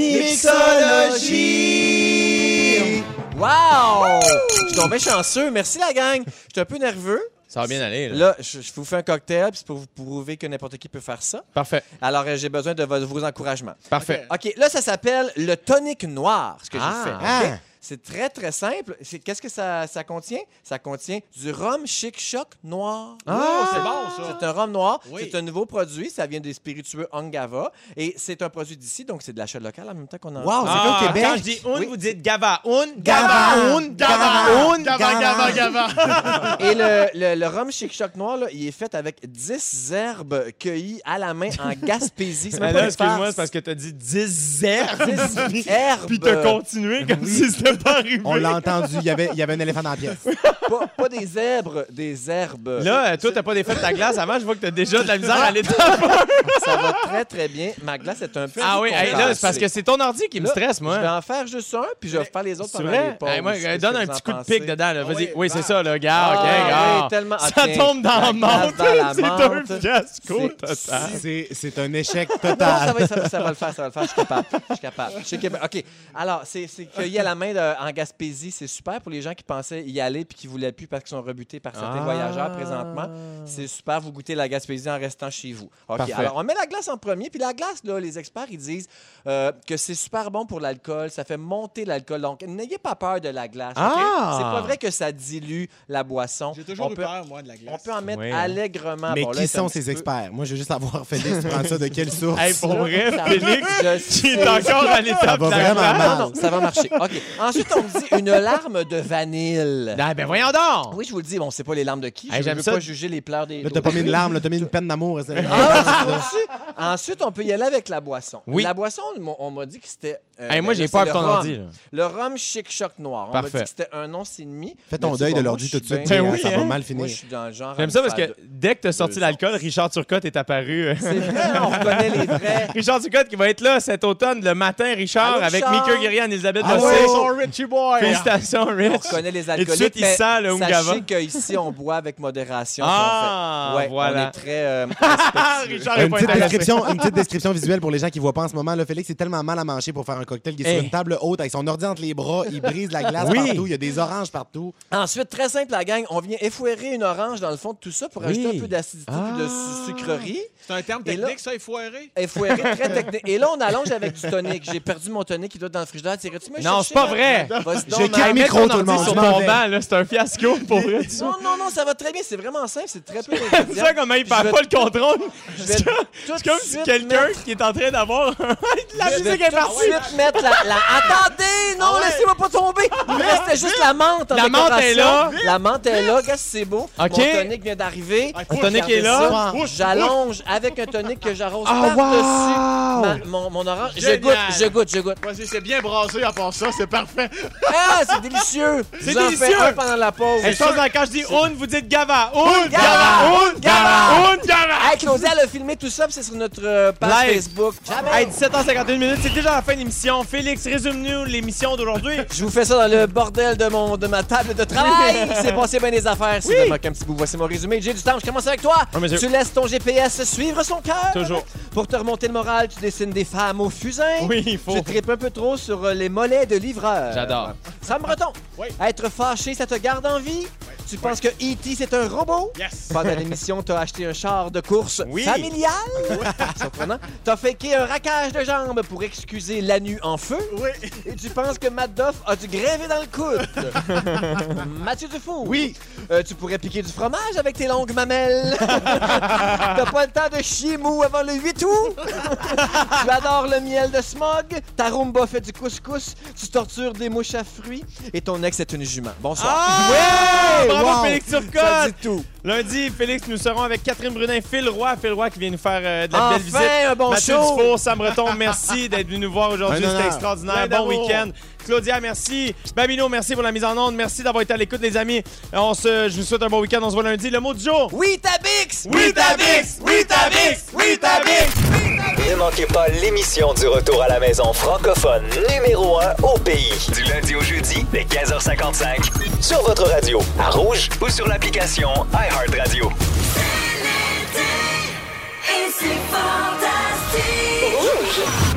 S2: Mixologie! Wow! Je suis tombé chanceux. Merci, la gang. Je suis un peu nerveux.
S1: Ça va bien aller. Là.
S2: Là, je, je vous fais un cocktail, puis c'est pour vous prouver que n'importe qui peut faire ça.
S1: Parfait.
S2: Alors, euh, j'ai besoin de, vo- de vos encouragements.
S1: Parfait.
S2: OK, là, ça s'appelle le tonic noir, ce que
S1: Ah.
S2: j'ai fait.
S3: Ah.
S2: OK? C'est très, très simple. C'est- Qu'est-ce que ça, ça contient? Ça contient du rhum chic choc noir.
S1: Ah!
S4: Oh, c'est bon, ça.
S2: C'est un rhum noir.
S4: Oui.
S2: C'est un nouveau produit. Ça vient des spiritueux Angava. Et c'est un produit d'ici, donc c'est de l'achat local en même temps qu'on en Ah.
S3: Wow, c'est comme Québec.
S1: Ah, Quand je dis une,
S2: Oui.
S1: vous dites gava une,
S3: Gava.
S1: gava une, gava une,
S4: Gavant,
S3: Gavant.
S4: gavant, gavant.
S2: Et le, le, le rhum chic choc noir, là, il est fait avec 10 herbes cueillies à la main en Gaspésie. C'est
S1: Mais
S2: même
S1: là,
S2: pas une
S1: excuse-moi,
S2: farce.
S1: c'est parce que t'as dit 10 herbes.
S2: 10 herbes.
S1: Puis t'as continué comme si c'était pas arrivé.
S3: On l'a entendu, il y avait, il y avait un éléphant dans la pièce.
S2: pas, pas des zèbres, des herbes.
S1: Là, euh, toi, t'as pas défait ta glace avant. Je vois que t'as déjà de la misère à l'état.
S2: ça va très très bien. Ma glace est un peu.
S1: Ah oui, hey, là, c'est parce que c'est ton ordi qui me
S2: Là,
S1: stresse,
S2: Je vais
S1: moi.
S2: en faire juste un, puis je vais faire les autres
S1: C'est
S2: pendant les
S1: vrai?
S2: pauses.
S1: Hey, moi,
S2: Qu'est-ce
S1: donne
S2: que
S1: un
S2: vous en
S1: petit coup de
S2: pensez?
S1: pic dedans. Là. Vas-y.
S4: Oui,
S1: Oui, c'est
S4: bah.
S1: ça, là. Regarde,
S2: Ah,
S1: OK,
S2: oui,
S1: regarde.
S2: tellement. Ah,
S1: Ça
S2: tiens,
S1: tombe dans la
S2: la
S1: menthe.
S2: glace dans la
S1: C'est un
S2: menthe.
S1: fiasco
S2: C'est-
S1: total.
S3: C'est c'est un échec
S2: Non, ça
S3: total.
S2: va, ça, va, ça va le faire, ça va le faire. Je suis capable. Je suis capable. Je suis capable. OK. Alors, c'est c'est cueilli à la main de- en Gaspésie. C'est super pour les gens qui pensaient y aller puis qui voulaient plus parce qu'ils sont rebutés par certains
S1: Ah.
S2: voyageurs présentement. C'est super. Vous goûtez la Gaspésie en restant chez vous. OK.
S1: Parfait.
S2: Alors, on met la glace en premier. Puis la glace, là, les experts, ils disent euh, que c'est super bon pour l'alcool. Ça fait monter l'alcool. Donc, n'ayez pas peur de la glace. OK?
S1: Ah.
S2: C'est pas vrai que ça dilue la boisson.
S4: J'ai toujours
S2: on
S4: eu
S2: peut,
S4: peur, moi, de la
S2: On
S4: glace.
S2: peut en mettre
S1: Ouais, hein.
S2: allègrement.
S3: Mais
S2: Bon, là,
S3: qui
S2: c'est un
S3: sont
S2: petit
S3: ces
S2: peu-
S3: experts? Moi, je veux juste savoir, Félix, tu prends ça de quelle source?
S1: Hey, pour vrai,
S2: Ça-
S1: Félix,
S2: Je
S1: qui est
S2: sais.
S1: encore à
S3: Ça
S1: l'étape
S3: va
S1: de la
S3: vraiment
S1: glace.
S3: mal.
S2: Ah non, ça va marcher. OK. Ensuite, on me dit une larme de vanille.
S1: Ah, ben voyons donc.
S2: Oui, je vous le dis, bon, c'est pas les larmes de qui.
S1: Hey,
S2: je
S1: j'aime
S2: ne veux
S1: ça.
S2: pas juger les pleurs des.
S3: Là, t'as pas mis une larme, là, t'as mis une peine d'amour.
S2: Ah, c'est pas dessus. Ensuite, on peut y aller avec la boisson.
S1: Oui.
S2: La boisson, on m'a- on m'a dit que c'était. euh,
S1: Hey, moi,
S2: ben,
S1: j'ai
S2: là,
S1: peur
S2: c'est
S1: de
S2: le
S1: ton
S2: rhum.
S1: ordi. là.
S2: Le rhum chic choc noir. On m'a dit
S1: Parfait.
S2: que c'était un once et demi.
S3: Fais ton
S2: Mais tu
S3: deuil
S2: vois,
S3: de
S2: moi,
S3: l'ordi
S2: je
S3: tout de
S2: suis
S3: suite, euh,
S2: bien-
S1: Ben oui,
S3: ça va
S1: hein.
S3: mal
S2: Moi,
S3: finir.
S2: je suis dans le genre. à
S1: J'aime
S2: me
S1: ça parce
S2: faire
S1: que
S2: de-
S1: dès que t'as sorti
S2: deux
S1: l'alcool, Richard Turcotte est apparu. euh.
S2: C'est vrai, on reconnaît les vrais.
S1: Richard Turcotte qui va être là cet automne, le matin, Richard,
S2: Allô,
S1: avec
S2: Richard?
S1: Mika Guerrier et Elisabeth
S3: Ah
S1: Bossé.
S3: ouais?
S4: Son Richie Boy.
S1: Félicitations,
S2: On
S1: Rich.
S2: reconnaît les
S1: Et tout de
S2: alcooliques.
S1: suite, il
S2: mais
S1: sent le Oungava.
S2: Sachez qu'ici, on boit avec modération.
S1: Ah,
S2: si on fait. Ouais,
S1: voilà.
S2: On est très. euh,
S1: Ah, Richard est
S3: Une
S1: pas
S3: petite,
S1: intéressé.
S3: description, une petite description visuelle pour les gens qui voient pas en ce moment. Là, Félix est tellement mal à manger pour faire un cocktail qu'il est
S1: Hey.
S3: sur une table haute avec son ordi entre les bras. Il brise la glace
S1: Oui.
S3: partout. Il y a des oranges partout.
S4: tout.
S2: Ensuite, très simple, la gang, on vient effouérer une orange dans le fond de tout ça pour
S1: Oui.
S2: ajouter un peu d'acidité puis de
S1: Ah.
S2: su- sucrerie.
S4: C'est un terme
S2: Et là-
S4: technique, ça, il faut errer.
S2: Effouérer, très technique. Et là, on allonge avec du tonic. J'ai perdu mon tonic qui doit être dans le frigidaire. Tirais-tu me
S1: Non,
S2: chercher,
S1: c'est pas
S2: ma-
S1: vrai.
S2: Vas-y donc,
S3: J'ai
S2: ma-
S3: quitté le micro, tout le monde.
S1: sur
S3: Je
S1: ton
S3: m'en vais.
S1: banc, là, c'est un fiasco pour vrai. tu
S2: Non, non, non, ça va très bien. C'est vraiment simple. C'est très peu.
S1: C'est ça comment il perd
S2: vais-
S1: pas le contrôle.
S2: Je vais
S1: C'est comme-
S2: tout
S1: c'est comme
S2: de
S1: si
S2: suite
S1: quelqu'un qui est en train d'avoir la
S2: Je vais
S1: musique
S2: tout
S1: est partie. Ah
S2: de suite mettre la, la- Attendez! Non, laissez-moi pas tomber! Il me restait juste la menthe en
S1: La menthe
S2: décoration.
S1: est là.
S2: La menthe est là, qu'est-ce que c'est beau?
S1: OK.
S2: Mon tonic vient d'arriver.
S4: Un
S1: Un tonic est là.
S2: Regardez ça. J'allonge avec un tonic que j'arrose par-dessus
S1: Ah,
S2: ma- mon, mon orange. Je
S4: Génial.
S2: goûte, je goûte, je goûte.
S4: Vas-y, c'est bien brassé à part ça, c'est parfait.
S2: Ah, c'est délicieux!
S1: C'est
S2: J'en fais
S1: délicieux.
S2: un pendant la pause.
S1: wow! Hey, je pense que quand je dis on, vous dites gava. On,
S2: Gava.
S1: gava, on, gava, on, gava.
S2: Hey, Claudia, elle a filmé tout ça, puis c'est sur notre euh, page
S1: Live.
S2: Facebook. Jamais.
S1: Hey, 17h51 minutes, c'est déjà la fin de l'émission. Félix, résume-nous l'émission d'aujourd'hui.
S2: Je vous fais ça dans le bordel de, mon, de ma table de travail. Il s'est passé bien des affaires. Si
S1: Oui.
S2: vous manquez un petit bout, voici mon résumé. J'ai du temps, je commence avec toi.
S1: Oui, monsieur.
S2: tu laisses ton GPS suivre son cœur.
S1: Toujours.
S2: Pour te remonter le moral, tu dessines des femmes au fusain.
S1: Oui, il faut.
S2: Tu tripes un peu trop sur euh, les mollets de livreur.
S1: J'adore.
S2: Ça me retombe.
S4: Oui.
S2: Être fâché, ça te garde en vie. Tu penses que E.T. c'est un robot?
S4: Yes!
S2: Pendant l'émission, t'as acheté un char de course
S1: Oui.
S2: familial. Surprenant. T'as faké un raquage de jambes pour excuser la nu en feu.
S4: Oui!
S2: Et tu penses que Matt Doff a du grévé dans le coude. Mathieu Dufour.
S4: Oui.
S2: Euh, tu pourrais piquer du fromage avec tes longues mamelles. T'as pas le temps de chier mou avant le 8 août. tu adores le miel de smog. Ta rumba fait du couscous. Tu tortures des mouches à fruits. Et ton ex est une jument. Bonsoir.
S1: Ah!
S2: Ouais!
S1: Bravo,
S2: Wow!
S1: Félix
S2: Ça
S1: Turcotte!
S2: dit tout.
S1: Lundi, Félix, nous serons avec Catherine Brunin, Phil Roy, Phil Roy qui vient nous faire euh, de la belle visite.
S2: Enfin, un bon
S1: Mathieu
S2: show.
S1: Dufour, Sam Breton, merci d'être venu nous voir aujourd'hui.
S3: Un
S1: C'était
S3: honneur.
S1: extraordinaire.
S4: Plein
S1: Bon
S4: d'amour.
S1: week-end. Claudia, merci. Babino, merci pour la mise en onde. Merci d'avoir été à l'écoute, les amis. Euh, On se, je vous souhaite un bon week-end. On se voit lundi. Le mot du jour.
S2: Oui, Tabix!
S1: Oui, Tabix! Oui, Tabix!
S7: Ne manquez pas l'émission du retour à la maison francophone numéro 1 au pays. Du lundi au jeudi, dès 15h55. Sur votre radio, à Rouge ou sur l'application iHeartRadio.
S8: Et c'est fantastique. Rouge.